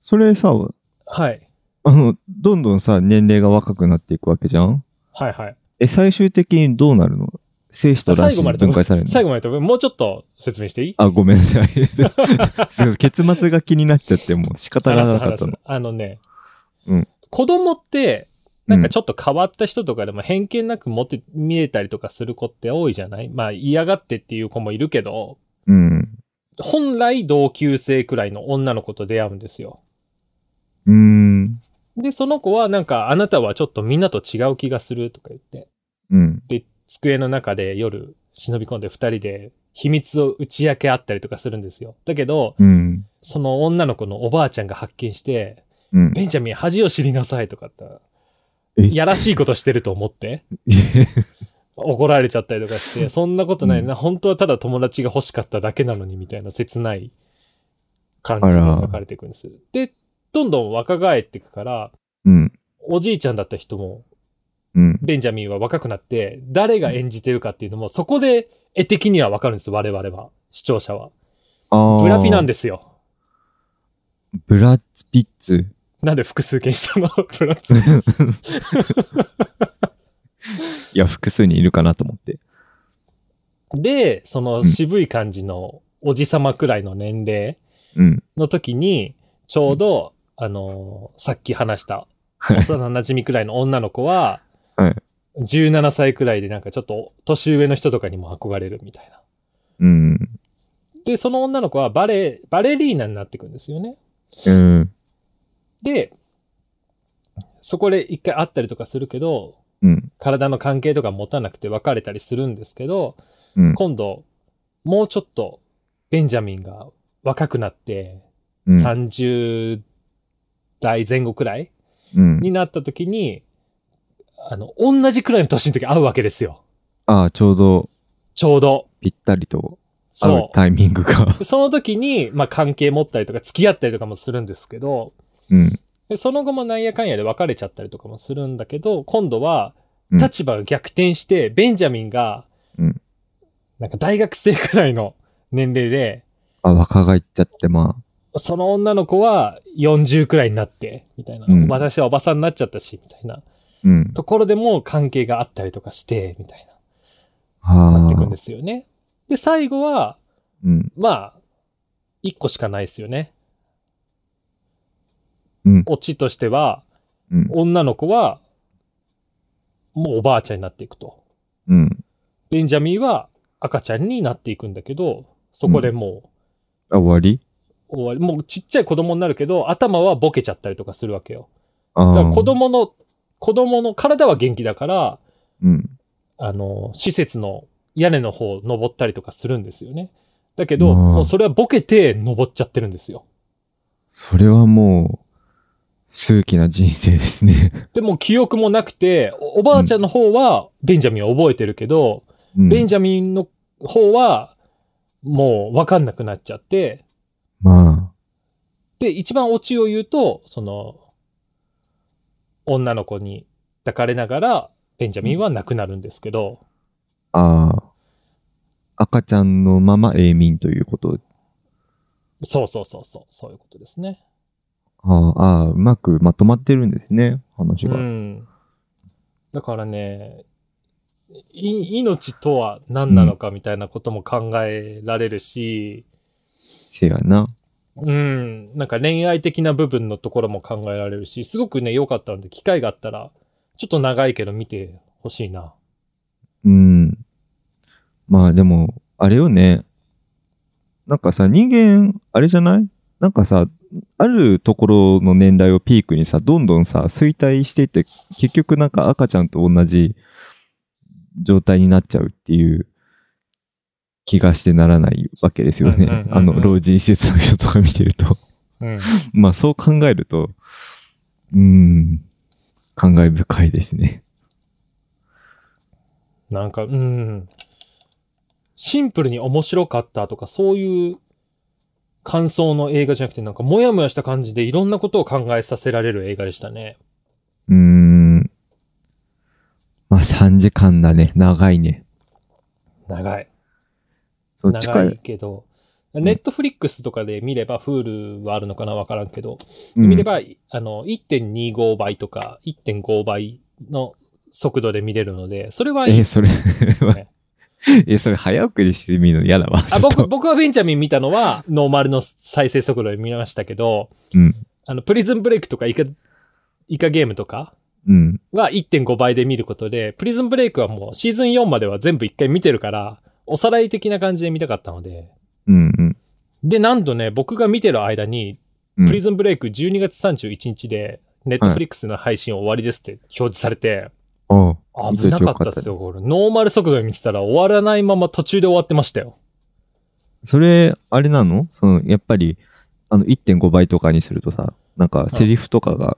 [SPEAKER 2] それさ、
[SPEAKER 1] はい。
[SPEAKER 2] あの、どんどんさ、年齢が若くなっていくわけじゃん
[SPEAKER 1] はいはい。
[SPEAKER 2] え、最終的にどうなるの精子と卵
[SPEAKER 1] 最
[SPEAKER 2] 子
[SPEAKER 1] 後ま
[SPEAKER 2] に
[SPEAKER 1] でと
[SPEAKER 2] 分解されるの
[SPEAKER 1] 最後までともうちょっと説明していい
[SPEAKER 2] あ、ごめんなさい。すいません結末が気になっちゃって、もう仕方が
[SPEAKER 1] 話す
[SPEAKER 2] なかっ
[SPEAKER 1] 話
[SPEAKER 2] た
[SPEAKER 1] す
[SPEAKER 2] の。。
[SPEAKER 1] あのね、
[SPEAKER 2] うん
[SPEAKER 1] 子供って、なんかちょっと変わった人とかでも偏見なく持って見えたりとかする子って多いじゃないまあ嫌がってっていう子もいるけど、
[SPEAKER 2] うん。
[SPEAKER 1] 本来同級生くらいの女の子と出会うんですよ。
[SPEAKER 2] うーん。
[SPEAKER 1] で、その子はなんか、あなたはちょっとみんなと違う気がするとか言って、
[SPEAKER 2] うん。
[SPEAKER 1] で、机の中で夜忍び込んで二人で秘密を打ち明け合ったりとかするんですよ。だけど、
[SPEAKER 2] うん。
[SPEAKER 1] その女の子のおばあちゃんが発見して、
[SPEAKER 2] うん。
[SPEAKER 1] ベンジャミン恥を知りなさいとかって、
[SPEAKER 2] え
[SPEAKER 1] やらしいことしてると思って、怒られちゃったりとかして、そんなことないな、本当はただ友達が欲しかっただけなのにみたいな切ない感じで
[SPEAKER 2] あら
[SPEAKER 1] 書かれていくんですよ。で、どんどん若返っていくから、
[SPEAKER 2] うん。
[SPEAKER 1] おじいちゃんだった人も
[SPEAKER 2] うん。
[SPEAKER 1] ベンジャミンは若くなって、誰が演じてるかっていうのも、そこで絵的にはわかるんです、我々は。視聴者は。
[SPEAKER 2] ああ。
[SPEAKER 1] ブラピなん
[SPEAKER 2] で。
[SPEAKER 1] ですよ。
[SPEAKER 2] ブラッツピッ ツ。
[SPEAKER 1] なんで複数形したの ブラピ。
[SPEAKER 2] いや、複数にいるかなと思って。
[SPEAKER 1] で、その
[SPEAKER 2] ん
[SPEAKER 1] 渋い感じのおじさまくらいの年齢
[SPEAKER 2] うん。
[SPEAKER 1] の時に、ちょうど、あのーさっき話した、
[SPEAKER 2] はい
[SPEAKER 1] 幼馴染くらいの女の子は、
[SPEAKER 2] はい
[SPEAKER 1] 17歳くらいでなんかちょっと年上の人とかにも憧れるみたいな。
[SPEAKER 2] うん。
[SPEAKER 1] で、その女の子はバレ、バレリーナになっていくんですよね。
[SPEAKER 2] うん。
[SPEAKER 1] で、そこで一回会ったりとかするけど、
[SPEAKER 2] うん。
[SPEAKER 1] 体の関係とか持たなくて別れたりするんですけど、
[SPEAKER 2] うん。
[SPEAKER 1] 今度、もうちょっと、ベンジャミンが若くなって、
[SPEAKER 2] うん
[SPEAKER 1] 30代前後くらい
[SPEAKER 2] うん
[SPEAKER 1] になった時に、あの、同じくらいの年の時会うわけですよ。
[SPEAKER 2] ああ、ちょうど
[SPEAKER 1] ちょうど。
[SPEAKER 2] ぴったりと合う
[SPEAKER 1] そ
[SPEAKER 2] タイミングが
[SPEAKER 1] う。。その時に、まあ関係持ったりとか付き合ったりとかもするんですけど、
[SPEAKER 2] うん。
[SPEAKER 1] でその後もなんやかんやで別れちゃったりとかもするんだけど、今度は
[SPEAKER 2] うん
[SPEAKER 1] 立場が逆転して、ベンジャミンが
[SPEAKER 2] うん、
[SPEAKER 1] なんか大学生くらいの年齢で、
[SPEAKER 2] あ、若返っちゃって、まあ。
[SPEAKER 1] その女の子は40くらいになって、みたいな、
[SPEAKER 2] うん
[SPEAKER 1] 私はおばさんになっちゃったし、みたいな
[SPEAKER 2] うん。
[SPEAKER 1] ところでも関係があったりとかして、みたい
[SPEAKER 2] あ
[SPEAKER 1] な、
[SPEAKER 2] あ。
[SPEAKER 1] なってくんですよね。で、最後は、
[SPEAKER 2] うん。
[SPEAKER 1] まあ、1個しかないですよね。
[SPEAKER 2] うん。
[SPEAKER 1] オチとしては、
[SPEAKER 2] うん。
[SPEAKER 1] 女の子は、もうおばあちゃんになっていくと。
[SPEAKER 2] うん。
[SPEAKER 1] ベンジャミンは赤ちゃんになっていくんだけど、そこでも
[SPEAKER 2] あ、終わり
[SPEAKER 1] う終わり、もうちっちゃい子供になるけど、頭はボケちゃったりとかするわけよ。
[SPEAKER 2] あ
[SPEAKER 1] だか
[SPEAKER 2] あ。
[SPEAKER 1] ら子供の、子供の体は元気だから、
[SPEAKER 2] うん。
[SPEAKER 1] あの、施設の屋根の方を登ったりとかするんですよね。だけ
[SPEAKER 2] う
[SPEAKER 1] ど、
[SPEAKER 2] ん
[SPEAKER 1] もうそれはボケて登っちゃってるんですよ。
[SPEAKER 2] それはもう、数奇な人生ですね。
[SPEAKER 1] でもう記憶もなくて、おおばあちゃんの方はベンジャミンを覚えてるけど、
[SPEAKER 2] うん
[SPEAKER 1] ベンジャミンの方はもうわかんなくなっちゃって、
[SPEAKER 2] ま
[SPEAKER 1] で、一番オチを言うと、その、女の子に抱かれながら、ベンジャミンは亡くなるんですけど、
[SPEAKER 2] あ、ああ。赤ちゃんのまま永眠ということ。
[SPEAKER 1] そうそうそうそう、そういうことですね。
[SPEAKER 2] ああ、ああうまくまとまってるんですね、話
[SPEAKER 1] う
[SPEAKER 2] が。
[SPEAKER 1] ん。だからね、い命とは何なのかみたいなことも考えられるし、
[SPEAKER 2] せやな。
[SPEAKER 1] うん、なんか恋愛的な部分のところも考えられるし、すごくね、良かったので、機会があったら、ちょっと長いけど見てほしいな。
[SPEAKER 2] うん。まあでも、あれよね。なんかさ、人間、あれじゃないなんかさ、あるところの年代をピークにさ、どんどんさ、衰退していって、結局なんか赤ちゃんと同じ状態になっちゃうっていう気がしてならないわけですよ
[SPEAKER 1] うんうんうん
[SPEAKER 2] ね
[SPEAKER 1] う。ん
[SPEAKER 2] あの、老人施設の人とか見てると。
[SPEAKER 1] うん。
[SPEAKER 2] まあそう考えると、うーん、感慨深いですね。
[SPEAKER 1] なんか、うん。シンプルに面白かったとか、そういう感想の映画じゃなくて、なんか、もやもやした感じでいろんなことを考えさせられる映画でしたね。
[SPEAKER 2] うーん。まあ3時間だね。長いね。
[SPEAKER 1] 長い。
[SPEAKER 2] そう
[SPEAKER 1] 長
[SPEAKER 2] 近
[SPEAKER 1] い
[SPEAKER 2] い。
[SPEAKER 1] けど。
[SPEAKER 2] ん
[SPEAKER 1] ネットフリックスとかで見れば、Hulu はあるのかなわからんけど、
[SPEAKER 2] うん
[SPEAKER 1] 見れば、あの、1.25倍とか、1.5倍の速度で見れるので、それはいい
[SPEAKER 2] え
[SPEAKER 1] で
[SPEAKER 2] ー、
[SPEAKER 1] す
[SPEAKER 2] それ、
[SPEAKER 1] ね。
[SPEAKER 2] え、それ早送りしてみるの嫌だわ。
[SPEAKER 1] あ
[SPEAKER 2] ちょっ
[SPEAKER 1] 僕
[SPEAKER 2] と。
[SPEAKER 1] 僕はベンチャミン見たのは、ノーマルの再生速度で見ましたけど、
[SPEAKER 2] うん。
[SPEAKER 1] あの、プリズンブレイクとかイカ、イカゲームとか
[SPEAKER 2] うん。
[SPEAKER 1] は1.5倍で見ることで、プリズンブレイクはもうシーズン4までは全部1回見てるから、おさらい的な感じで見たかったので。
[SPEAKER 2] うん。うん。
[SPEAKER 1] で、なんとね、僕が見てる間に、
[SPEAKER 2] うん
[SPEAKER 1] プリズンブレイク12月31日で、ネットフリックスの配信終わりですって表示されて、
[SPEAKER 2] おう
[SPEAKER 1] 危
[SPEAKER 2] 見といて
[SPEAKER 1] なかったっすよ、これ。ノーマル速度で見てたら終わらないまま途中で終わってましたよ。
[SPEAKER 2] それ、あれなのその、やっぱり、あの、1.5倍とかにするとさ、なんか、セリフとかが、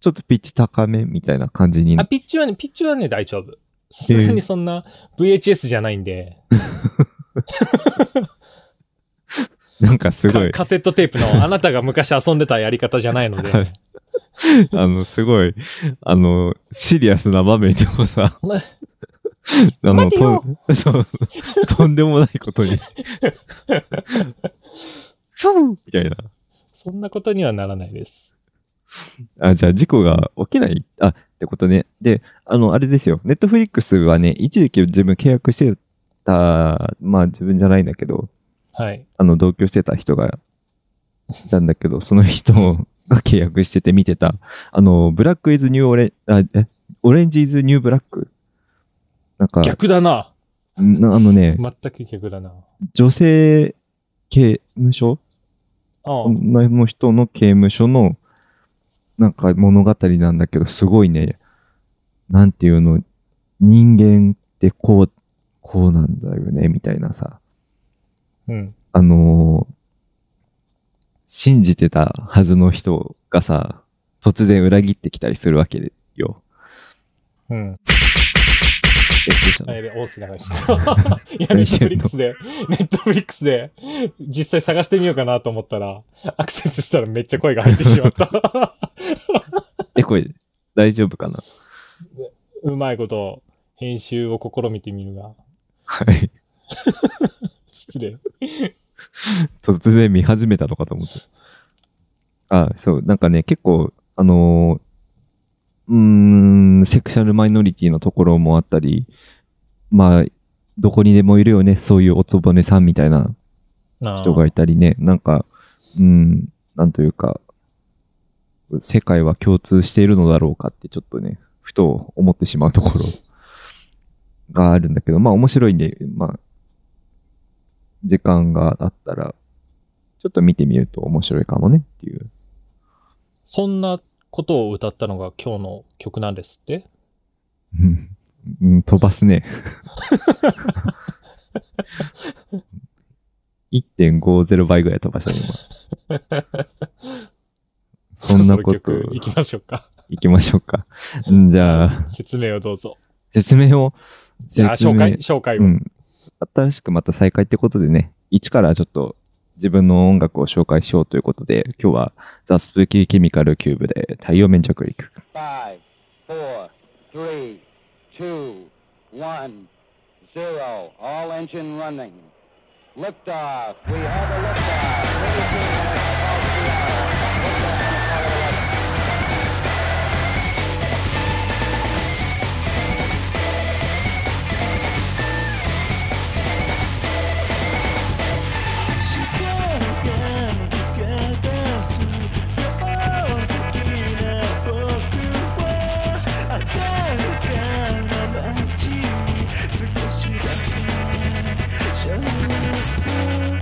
[SPEAKER 2] ちょっとピッチ高めみたいな感じに
[SPEAKER 1] あ、。ピッチはね、ピッチはね、大丈夫。さすがにそんな VHS じゃないんで、
[SPEAKER 2] なんかすごい
[SPEAKER 1] か、カセットテープのあなたが昔遊んでたやり方じゃないの
[SPEAKER 2] は
[SPEAKER 1] で
[SPEAKER 2] い、あの、すごい、あの、シリアスな場面でもさ、
[SPEAKER 1] ま
[SPEAKER 2] あの、
[SPEAKER 1] 待てよ
[SPEAKER 2] とん そうとんでもないことに、
[SPEAKER 1] そう
[SPEAKER 2] みたいな。
[SPEAKER 1] そんなことにはならないです。
[SPEAKER 2] あ、じゃあ事故が起きないあ、ってことね。で、あの、あれですよ。ネットフリックスはね、一時期自分契約してた、まあ自分じゃないんだけど、
[SPEAKER 1] はい。
[SPEAKER 2] あの、同居してた人が、いたんだけど、その人が契約してて見てた、あの、ブラックイズニューオレン、あ、え、オレンジイズニューブラックなんか、
[SPEAKER 1] 逆だな。
[SPEAKER 2] んあのね、
[SPEAKER 1] 全く逆だな。
[SPEAKER 2] 女性刑務所
[SPEAKER 1] ああ、
[SPEAKER 2] 女の人の刑務所のなんか物語なんだけどすごいねなんていうの人間ってこうこうなんだよねみたいなさ
[SPEAKER 1] うん。
[SPEAKER 2] あのー信じてたはずの人がさ突然裏切ってきたりするわけよ。
[SPEAKER 1] うん。
[SPEAKER 2] えどうした
[SPEAKER 1] あ、
[SPEAKER 2] の
[SPEAKER 1] やべ、大きな話 した。いや、ネ
[SPEAKER 2] 何
[SPEAKER 1] ッ
[SPEAKER 2] し
[SPEAKER 1] トフ
[SPEAKER 2] て
[SPEAKER 1] リ
[SPEAKER 2] んの
[SPEAKER 1] ックスで、ネットフリックスで、実際探してみようかなと思ったら、アクセスしたらめっちゃ声が入ってしまった。
[SPEAKER 2] えこれ大丈夫かな
[SPEAKER 1] うまいこと、編集を試みてみるが、
[SPEAKER 2] はい
[SPEAKER 1] 失礼。
[SPEAKER 2] 突然見始めたのかと思って。あ、そう、なんかね、結構、あのーうーん、セクシャルマイノリティのところもあったり、まあ、どこにでもいるよね、そういうおつぼねさんみたいな
[SPEAKER 1] なあ
[SPEAKER 2] 人がいたりね、なんか、うん、なんというか、世界は共通しているのだろうかって、ちょっとね、ふと思ってしまうところがあるんだけど、まあ面白いんで、まあ、時間があったら、ちょっと見てみると面白いかもねっていう。
[SPEAKER 1] そんなことを歌ったのが今日の曲なんですって
[SPEAKER 2] うんうん、飛ばすね。1.50倍ぐらい飛ばしたね、今。 そんなこと
[SPEAKER 1] ろそろ曲いきましょう か。
[SPEAKER 2] 行きましょうか。うんじゃあ、
[SPEAKER 1] 説明をどうぞ。
[SPEAKER 2] 説明を、
[SPEAKER 1] じゃあ、
[SPEAKER 2] 説明
[SPEAKER 1] 紹介、紹介を。
[SPEAKER 2] うん。新しくまた再開ってことでね、一からちょっと自分の音楽を紹介しようということで、今日はザ・スプーキー・ケミカル・キューブで太陽面着陸。
[SPEAKER 3] Five, four, three, two, one, zero. All engine running. Liftoff. We have a liftoff. 32 minutes above the hour. Liftoff on Apollo 11.
[SPEAKER 4] Show me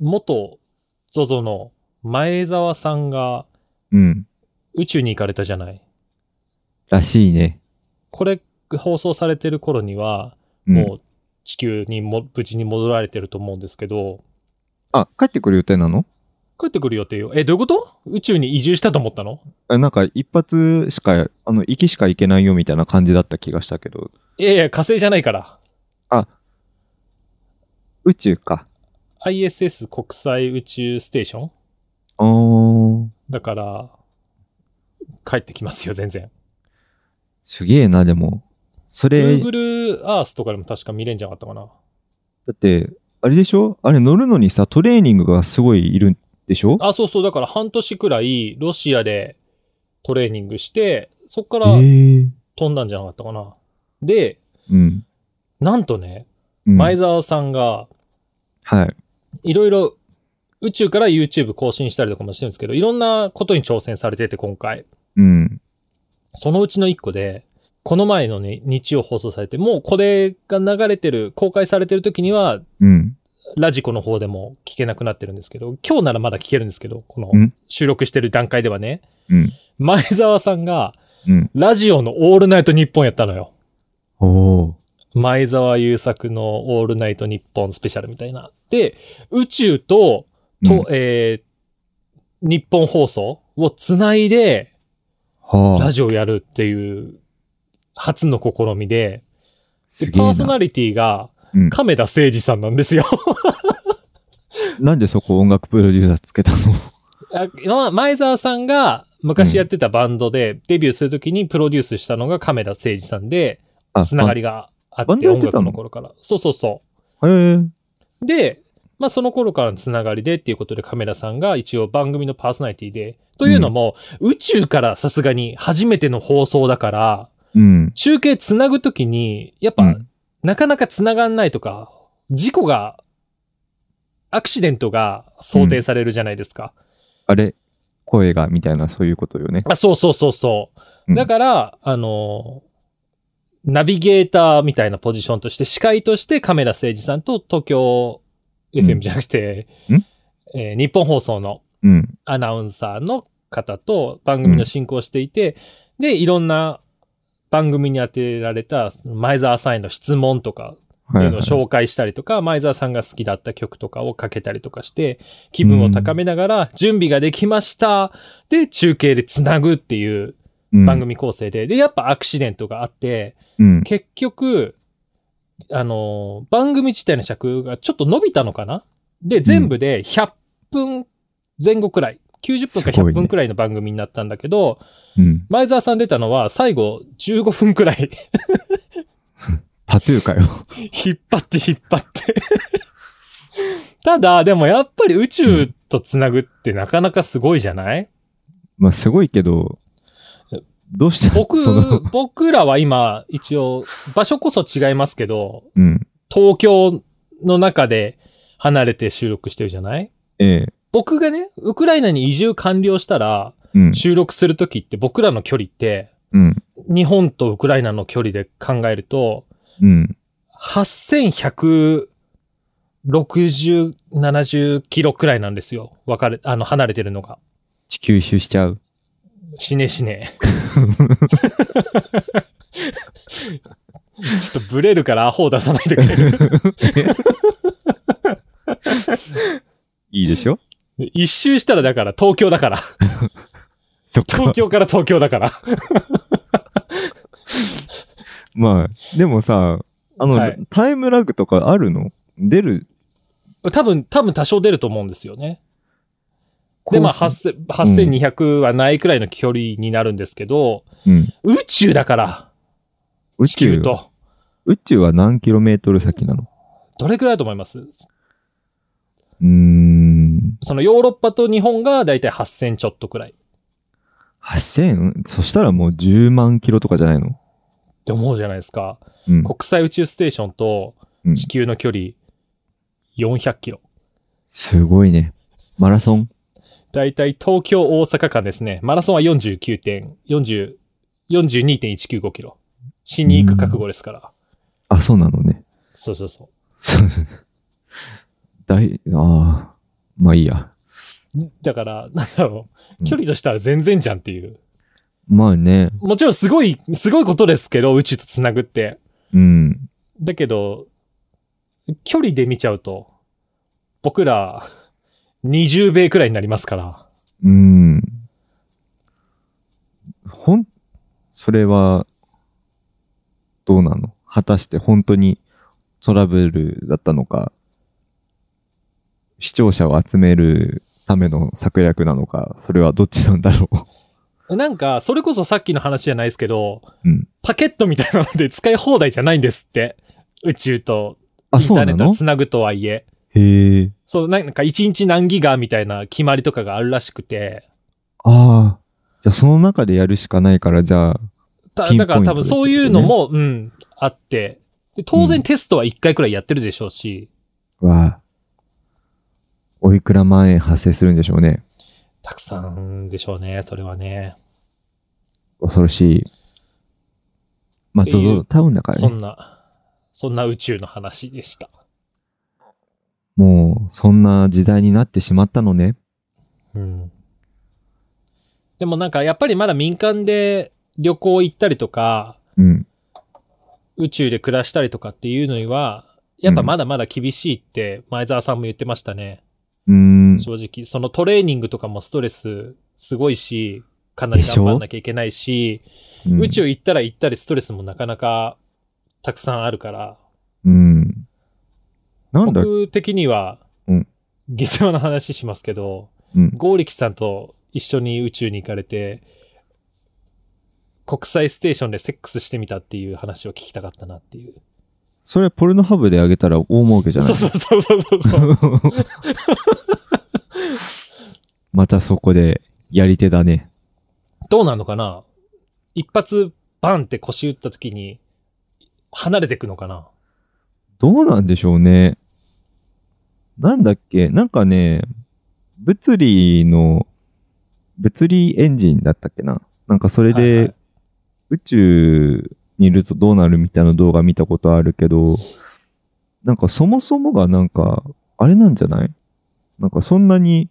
[SPEAKER 1] 元 ZOZO の前澤さんが
[SPEAKER 2] うん。
[SPEAKER 1] 宇宙に行かれたじゃない。
[SPEAKER 2] らしいね。
[SPEAKER 1] これ放送されてる頃には、
[SPEAKER 2] うん
[SPEAKER 1] もう地球にも無事に戻られてると思うんですけど、
[SPEAKER 2] あ、帰ってくる予定なの
[SPEAKER 1] 帰ってくる予定よ。え、どういうこと宇宙に移住したと思ったの
[SPEAKER 2] あなんか一発しか、あの、行きしか行けないよみたいな感じだった気がしたけど、
[SPEAKER 1] いやいや、火星じゃないから。
[SPEAKER 2] 宇宙か。
[SPEAKER 1] ISS 国際宇宙ステーション
[SPEAKER 2] あー、
[SPEAKER 1] だから、帰ってきますよ、全然。
[SPEAKER 2] すげえな、でも。それ、だ
[SPEAKER 1] Google Earth とかでも確か見れんじゃなかったかな。
[SPEAKER 2] って、あれでしょあれ乗るのにさ、トレーニングがすごいいるんでしょ
[SPEAKER 1] あ、そうそう、だから半年くらいロシアでトレーニングして、そこか
[SPEAKER 2] え
[SPEAKER 1] ら
[SPEAKER 2] ー、
[SPEAKER 1] 飛んだんじゃなかったかな。で、
[SPEAKER 2] うん。
[SPEAKER 1] なんとね、
[SPEAKER 2] うん
[SPEAKER 1] 前澤さんが
[SPEAKER 2] はい。
[SPEAKER 1] いろいろ宇宙から YouTube 更新したりとかもしてるんですけど、いろんなことに挑戦されてて今回。
[SPEAKER 2] うん。
[SPEAKER 1] そのうちの一個で、この前のね、日曜放送されて、もうこれが流れてる、公開されてる時には、
[SPEAKER 2] うん。
[SPEAKER 1] ラジコの方でも聞けなくなってるんですけど、今日ならまだ聞けるんですけど、この
[SPEAKER 2] うん
[SPEAKER 1] 収録してる段階ではね、
[SPEAKER 2] うん。
[SPEAKER 1] 前澤さんが
[SPEAKER 2] うん。
[SPEAKER 1] ラジオのオールナイト日本やったのよ。
[SPEAKER 2] おー。
[SPEAKER 1] 前澤友作のオールナイト日本スペシャルみたいな。で、宇宙と、と、
[SPEAKER 2] うん
[SPEAKER 1] えー日本放送をつないで、
[SPEAKER 2] は
[SPEAKER 1] ラ
[SPEAKER 2] あ、
[SPEAKER 1] ジオやるっていう、初の試みで、です
[SPEAKER 2] げえ
[SPEAKER 1] パーソ
[SPEAKER 2] な。
[SPEAKER 1] ナリティが
[SPEAKER 2] うん
[SPEAKER 1] 亀田誠二さんなんですよ。
[SPEAKER 2] なんでそこ音楽プロデューサーつけたの
[SPEAKER 1] あま前澤さんが昔やってたバンドでデビューするときにプロデュースしたのが亀田誠二さんで、
[SPEAKER 2] あ
[SPEAKER 1] つながりがあ
[SPEAKER 2] バ
[SPEAKER 1] っ
[SPEAKER 2] ン
[SPEAKER 1] て、
[SPEAKER 2] ドやっ
[SPEAKER 1] 音
[SPEAKER 2] てたの
[SPEAKER 1] 楽の頃から。そうそうそう。
[SPEAKER 2] あへえ。
[SPEAKER 1] で、まあ、その頃からのつながりでっていうことでカメラさんが一応番組のパーソナリティで。というのも、宇宙からさすがに初めての放送だから、
[SPEAKER 2] うん。
[SPEAKER 1] 中継つなぐときに、やっぱ、
[SPEAKER 2] うん
[SPEAKER 1] なかなかつながんないとか、事故が、アクシデントが想定されるじゃないですか。
[SPEAKER 2] あれ、声がみたいな、そういうことよね。
[SPEAKER 1] あそうそうそうそうう。
[SPEAKER 2] ん
[SPEAKER 1] だから、あの、ナビゲーターみたいなポジションとして、司会としてカメラ誠二さんと東京
[SPEAKER 2] う
[SPEAKER 1] FM
[SPEAKER 2] ん
[SPEAKER 1] じゃなくて、
[SPEAKER 2] ん
[SPEAKER 1] えー日本放送の
[SPEAKER 2] うん。
[SPEAKER 1] アナウンサーの方と番組の進行をしていて、で、いろんな番組に当てられたその前澤さんへの質問とかって
[SPEAKER 2] はいいう
[SPEAKER 1] のを紹介したりとか、前澤さんが好きだった曲とかをかけたりとかして、気分を高めながら準備ができました。で、中継でつなぐっていう番。組構成で、で、やっぱアクシデントがあって、
[SPEAKER 2] うん。
[SPEAKER 1] 結局、あのー番組自体の尺がちょっと伸びたのかなで、全部で100分前後くらい、90分
[SPEAKER 2] す
[SPEAKER 1] か
[SPEAKER 2] ごい
[SPEAKER 1] 100
[SPEAKER 2] ね
[SPEAKER 1] 分くらいの番組になったんだけど、
[SPEAKER 2] うん。
[SPEAKER 1] 前澤さん出たのは最後15分くらい
[SPEAKER 2] タトゥーかよ。
[SPEAKER 1] 引っ張って引っ張って。 ただ、でもやっぱり宇宙とつなぐってなかなかすごいじゃない
[SPEAKER 2] まあ、すごいけど、どうした
[SPEAKER 1] 僕
[SPEAKER 2] その、、
[SPEAKER 1] 僕らは今一応場所こそ違いますけど、
[SPEAKER 2] うん。
[SPEAKER 1] 東京の中で離れて収録してるじゃない
[SPEAKER 2] ええ。
[SPEAKER 1] 僕がね、ウクライナに移住完了したら、
[SPEAKER 2] うん。
[SPEAKER 1] 収録するときって僕らの距離って、
[SPEAKER 2] うん。
[SPEAKER 1] 日本とウクライナの距離で考えると、
[SPEAKER 2] うん。
[SPEAKER 1] 8160、70キロくらいなんですよ。分かれ、あの、離れてるのが。
[SPEAKER 2] 地球一周しちゃう。
[SPEAKER 1] 死ね死ね。ちょっとブレるからアホを出さないでくれる。
[SPEAKER 2] いいで しょ
[SPEAKER 1] 一周したらだから東京だから。
[SPEAKER 2] そっか
[SPEAKER 1] 東。京から東京だから。
[SPEAKER 2] まあ、でもさ、あの、
[SPEAKER 1] はい
[SPEAKER 2] タイムラグとかあるの出る
[SPEAKER 1] 多分、多分多少出ると思うんですよね。で、まあ、
[SPEAKER 2] コース
[SPEAKER 1] 8000 8200はないくらいの距離になるんですけど、
[SPEAKER 2] うん。
[SPEAKER 1] 宇宙だから、
[SPEAKER 2] 宇
[SPEAKER 1] 地球
[SPEAKER 2] 宙。
[SPEAKER 1] と。
[SPEAKER 2] 宇宙は何キロメートル先なの
[SPEAKER 1] どれくらいだと思います
[SPEAKER 2] うーん。
[SPEAKER 1] そのヨーロッパと日本がだいたい8000ちょっとくらい。っ
[SPEAKER 2] 8000? そしたらもう10万キロとかじゃないの
[SPEAKER 1] て思うじゃないですか。
[SPEAKER 2] うん。
[SPEAKER 1] 国際宇宙ステーションと
[SPEAKER 2] うん
[SPEAKER 1] 地球の距離400キロ。
[SPEAKER 2] すごいね。マラソン
[SPEAKER 1] だいたい東京大阪間ですね。マラソンは49点、40、42.195キロ。死に行く覚悟ですから。
[SPEAKER 2] あ、そうなのね。
[SPEAKER 1] そうそうそう。
[SPEAKER 2] そう。大、ああ。まあいいや。
[SPEAKER 1] だから、なんだろ
[SPEAKER 2] う
[SPEAKER 1] う、
[SPEAKER 2] ん
[SPEAKER 1] 距離としたら全然じゃんっていう。
[SPEAKER 2] まあね。
[SPEAKER 1] もちろんすごい、すごいことですけど、宇宙とつなぐって。
[SPEAKER 2] うん。
[SPEAKER 1] だけど、距離で見ちゃうと、僕ら、20米くらいになりますから。
[SPEAKER 2] うん。ほん、それは、どうなの果たして本当にトラブルだったのか、視聴者を集めるための策略なのか、それはどっちなんだろ
[SPEAKER 1] なんか、それこそさっきの話じゃないですけど、
[SPEAKER 2] う。うん。
[SPEAKER 1] パケットみたいなので使い放題じゃないんですって。宇宙とイ
[SPEAKER 2] あ、
[SPEAKER 1] ンタ
[SPEAKER 2] そう
[SPEAKER 1] ーネ
[SPEAKER 2] な
[SPEAKER 1] ットを
[SPEAKER 2] の
[SPEAKER 1] つなぐとはいえ。
[SPEAKER 2] へえ。
[SPEAKER 1] そう、なんか1日何ギガみたいな決まりとかがあるらしくて。
[SPEAKER 2] ああ。じゃあその中でやるしかないから、じゃあ、
[SPEAKER 1] た
[SPEAKER 2] ピ
[SPEAKER 1] だ
[SPEAKER 2] ンポイント
[SPEAKER 1] から多分そういうのも、うん、あって。で当然テストは1回くらいやってるでしょうし、
[SPEAKER 2] は、おいくら万円発生するんでしょうね。
[SPEAKER 1] たくさんでしょうね、それはね。
[SPEAKER 2] 恐ろしい。まあ、
[SPEAKER 1] って
[SPEAKER 2] ゾ
[SPEAKER 1] いう
[SPEAKER 2] ゾタウンだから
[SPEAKER 1] そ
[SPEAKER 2] ね。
[SPEAKER 1] んな、そんな宇宙の話でした。
[SPEAKER 2] もう、そんな時代になってしまったのね。
[SPEAKER 1] うん。でもなんかやっぱりまだ民間で旅行行ったりとか、
[SPEAKER 2] うん。
[SPEAKER 1] 宇宙で暮らしたりとかっていうのには、やっぱまだまだ厳しいって前澤さんも言ってましたね。
[SPEAKER 2] うーん。
[SPEAKER 1] 正直。そのトレーニングとかもストレスすごいし、かなり頑張んなきゃいけないし、
[SPEAKER 2] うん
[SPEAKER 1] 宇。宙行ったら行ったりストレスもなかなかたくさんあるから、
[SPEAKER 2] うん。なんだ
[SPEAKER 1] 僕的には
[SPEAKER 2] うん、
[SPEAKER 1] 下世話な話しますけど、
[SPEAKER 2] うん。
[SPEAKER 1] 剛力さんと一緒に宇宙に行かれて、国際ステーションでセックスしてみたっていう話を聞きたかったなっていう。
[SPEAKER 2] それ、ポルノハブであげたら大儲けじゃない
[SPEAKER 1] そうそうそうそうそうそう。
[SPEAKER 2] またそこで、やり手だね。
[SPEAKER 1] どうなのかな一発バンって腰打った時に離れてくのかな
[SPEAKER 2] どうなんでしょうね。なんだっけなんかね、物理の、物理エンジンだったっけななんかそれ
[SPEAKER 1] はいはい
[SPEAKER 2] で宇宙にいるとどうなるみたいな動画見たことあるけど、なんかそもそもがなんか、あれなんじゃないなんかそんなに、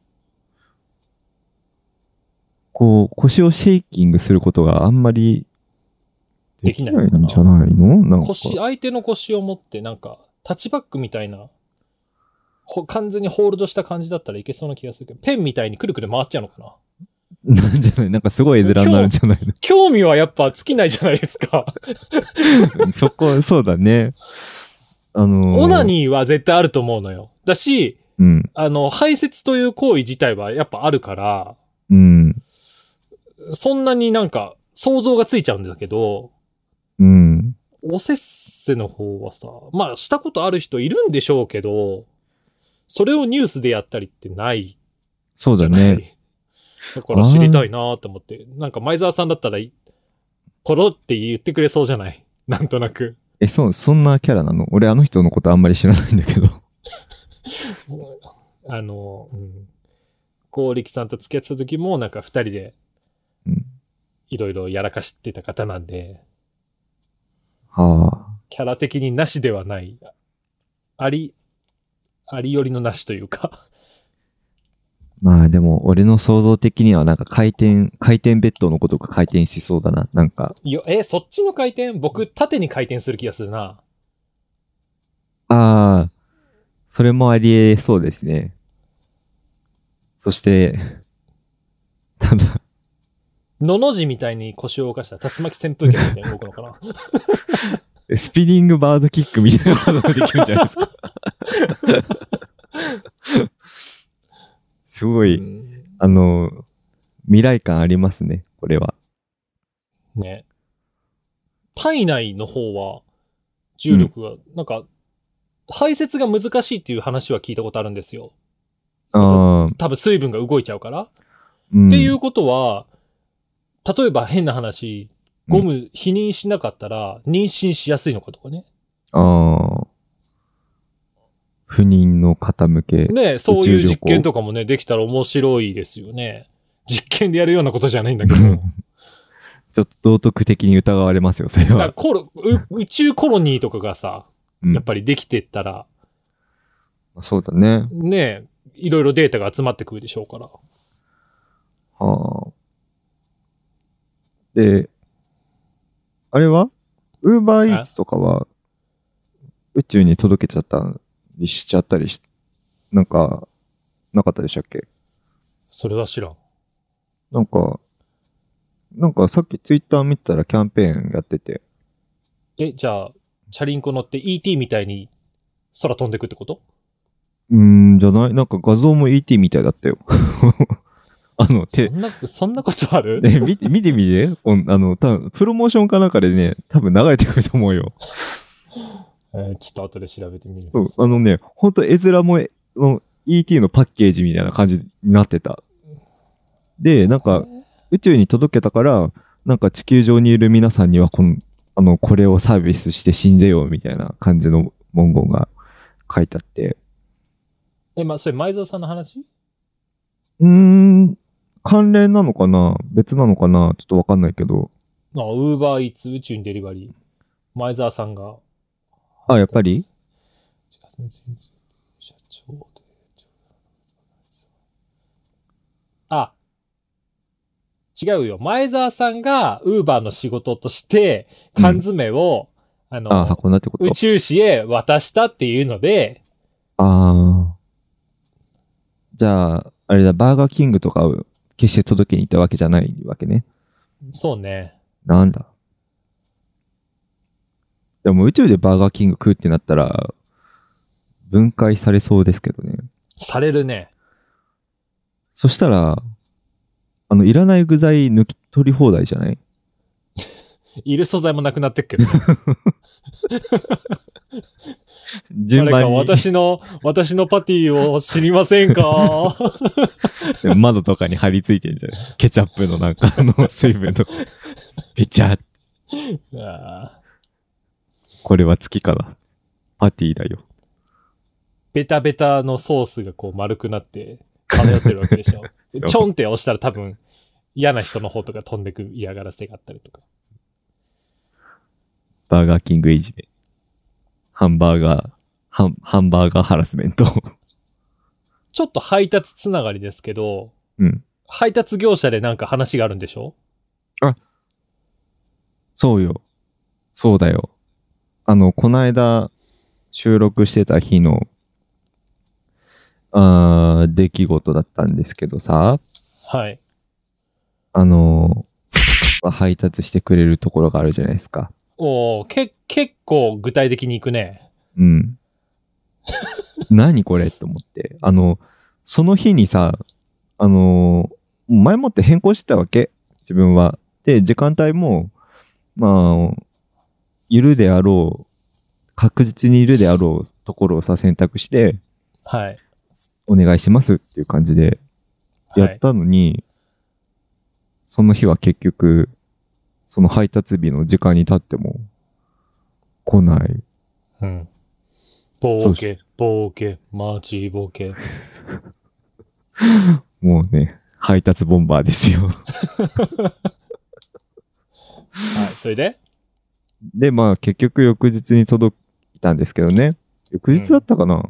[SPEAKER 2] こう、腰をシェイキングすることがあんまり
[SPEAKER 1] できないのかな
[SPEAKER 2] なんじゃないのなんか。
[SPEAKER 1] 腰、相手の腰を持ってなんかタッチバックみたいな、ほ完全にホールドした感じだったらいけそうな気がするけど、ペンみたいにくるくる回っちゃうの かな
[SPEAKER 2] なんじゃないなんかすごい絵面になるんじゃない
[SPEAKER 1] 興味はやっぱ尽きないじゃないですか。
[SPEAKER 2] のそこ、そうだね。あのー
[SPEAKER 1] オナニーは絶対あると思うのよ。だし、
[SPEAKER 2] うん。
[SPEAKER 1] あの、排泄という行為自体はやっぱあるから、
[SPEAKER 2] うん。
[SPEAKER 1] そんなになんか想像がついちゃうんだけど、
[SPEAKER 2] うん。
[SPEAKER 1] おせっせの方はさ、まあしたことある人いるんでしょうけど、それをニュースでやったりってない
[SPEAKER 2] そう
[SPEAKER 1] じゃ
[SPEAKER 2] だ
[SPEAKER 1] ない。
[SPEAKER 2] ね。
[SPEAKER 1] だから知りたいなと思って、なんか前澤さんだったら、ポロって言ってくれそうじゃない なんとなく。
[SPEAKER 2] え、そう、そんなキャラなの俺あの人のことあんまり知らないんだけど。
[SPEAKER 1] あの、うん。剛力さんと付き合ってた時も、なんか二人で
[SPEAKER 2] うん。
[SPEAKER 1] いろいろやらかしてた方なんで、
[SPEAKER 2] はあ。
[SPEAKER 1] キャラ的になしではない、あり、ありよりのなしというか。
[SPEAKER 2] まあでも、俺の想像的にはなんか回転、回転ベッドのことが回転しそうだな。なんか、
[SPEAKER 1] いやえ、そっちの回転僕、縦に回転する気がするな。
[SPEAKER 2] ああ、それもありえそうですね。そして、ただ、
[SPEAKER 1] のの字みたいに腰を動かした竜巻扇風機みたいに動くのかな。
[SPEAKER 2] スピニングバードキックみたいなことができるじゃないですか。 すご
[SPEAKER 1] う
[SPEAKER 2] い、
[SPEAKER 1] ん
[SPEAKER 2] あの、未来感ありますね、これは。
[SPEAKER 1] ね。体内の方は、重力が、なんか、排泄が難しいっていう話は聞いたことあるんですよ。
[SPEAKER 2] ああ、
[SPEAKER 1] 多分水分が動いちゃうから。
[SPEAKER 2] うん
[SPEAKER 1] っていうことは、例えば変な話、ゴム否認しなかったら妊娠しやすいのかとかね。
[SPEAKER 2] ああ、不妊の傾け。
[SPEAKER 1] ねえそういう
[SPEAKER 2] 宇宙旅
[SPEAKER 1] 実
[SPEAKER 2] 行
[SPEAKER 1] 験とかもね、できたら面白いですよね。実験でやるようなことじゃないんだけど。
[SPEAKER 2] ちょっと道徳的に疑われますよ、それ
[SPEAKER 1] だから
[SPEAKER 2] は。
[SPEAKER 1] コロう宇宙コロニーとかがさ、
[SPEAKER 2] うん
[SPEAKER 1] やっぱりできてったら、
[SPEAKER 2] そうだね。
[SPEAKER 1] ねえいろいろデータが集まってくるでしょうから。
[SPEAKER 2] はあ。で、あれはウーバーイーツとかは宇宙に届けちゃったりしちゃったりし、なんか、なかったでしたっけ
[SPEAKER 1] それは知らん。
[SPEAKER 2] なんか、なんかさっきツイッター見てたらキャンペーンやってて、
[SPEAKER 1] え、じゃあ、チャリンコ乗って ET みたいに空飛んでくってこと
[SPEAKER 2] うーん、じゃないなんか画像も ET みたいだったよ。 あの、
[SPEAKER 1] そ
[SPEAKER 2] て、
[SPEAKER 1] んな、そんなことあ る
[SPEAKER 2] ね、見て、見てみて。こんあの、多分プロモーションかなんかでね、多分流れてくると思うよ。
[SPEAKER 1] えーちょっと後で調べてみる。
[SPEAKER 2] そう、あのね、ほんと絵面も、えの ET のパッケージみたいな感じになってた。で、なんか、宇宙に届けたから、なんか地球上にいる皆さんにはこの、あの、これをサービスして死んぜようみたいな感じの文言が書いてあって。
[SPEAKER 1] え、まあ、それ前澤さんの話
[SPEAKER 2] うーん、関連なのかな別なのかなちょっとわかんないけど。
[SPEAKER 1] あ、ウーバーイーツ宇宙にデリバリー。前澤さんが。
[SPEAKER 2] あ、やっぱり
[SPEAKER 1] 社長であ、違うよ。前澤さんがウーバーの仕事として缶詰を、あの、
[SPEAKER 2] あ、箱なってこと
[SPEAKER 1] 宇宙士へ渡したっていうので、
[SPEAKER 2] ああ。じゃあ、あれだ、バーガーキングとかを決して届けに行ったわけじゃないわけね。
[SPEAKER 1] そうね。
[SPEAKER 2] なんだ。でも宇宙でバーガーキング食うってなったら、分解されそうですけどね。
[SPEAKER 1] されるね。
[SPEAKER 2] そしたら、あの、いらない具材抜き取り放題じゃない
[SPEAKER 1] いる素材もなくなってっけど。
[SPEAKER 2] 順
[SPEAKER 1] 誰
[SPEAKER 2] 番
[SPEAKER 1] か
[SPEAKER 2] に
[SPEAKER 1] 私の、私のパティを知りませ んか
[SPEAKER 2] 窓とかに貼り付いてんじゃないケチャップのなんか、あの、水分 とか。べちゃ
[SPEAKER 1] あー
[SPEAKER 2] これは月かな。パティだよ。
[SPEAKER 1] ベタベタのソースがこう丸くなって漂ってるわけでし ょ。でちょんって押したら多分嫌な人の方とか飛んでくる嫌がらせがあったりとか。
[SPEAKER 2] バーガーキングいじめ。ハンバーガー、ハンハンバーガーハラスメント。
[SPEAKER 1] ちょっと配達つながりですけど、
[SPEAKER 2] うん。
[SPEAKER 1] 配達業者でなんか話があるんでしょ
[SPEAKER 2] そうよ。そうだよ。あの、こないだ収録してた日の、あー出来事だったんですけどさ、
[SPEAKER 1] はい。
[SPEAKER 2] あの、まあ配達してくれるところがあるじゃないですか。
[SPEAKER 1] おーけ、結構具体的にいくね。
[SPEAKER 2] うん。 何これと思って。あの、その日にさ、あの、前もって変更してたわけ。自分は。で、時間帯も、まあ、いるであろう、確実にいるであろうところをさ、選択して、
[SPEAKER 1] はい。
[SPEAKER 2] お願いしますっていう感じでや
[SPEAKER 1] は
[SPEAKER 2] っ
[SPEAKER 1] い。
[SPEAKER 2] たのに、その日は結局、その配達日の時間に経っても来ない。
[SPEAKER 1] うん。
[SPEAKER 2] そう
[SPEAKER 1] ボ
[SPEAKER 2] で
[SPEAKER 1] ケ、ボケ、マジボケ。
[SPEAKER 2] もうね、配達ボンバーですよ。
[SPEAKER 1] はい、それで
[SPEAKER 2] で、まあ結局翌日に届いたんですけどね。翌日だったかな、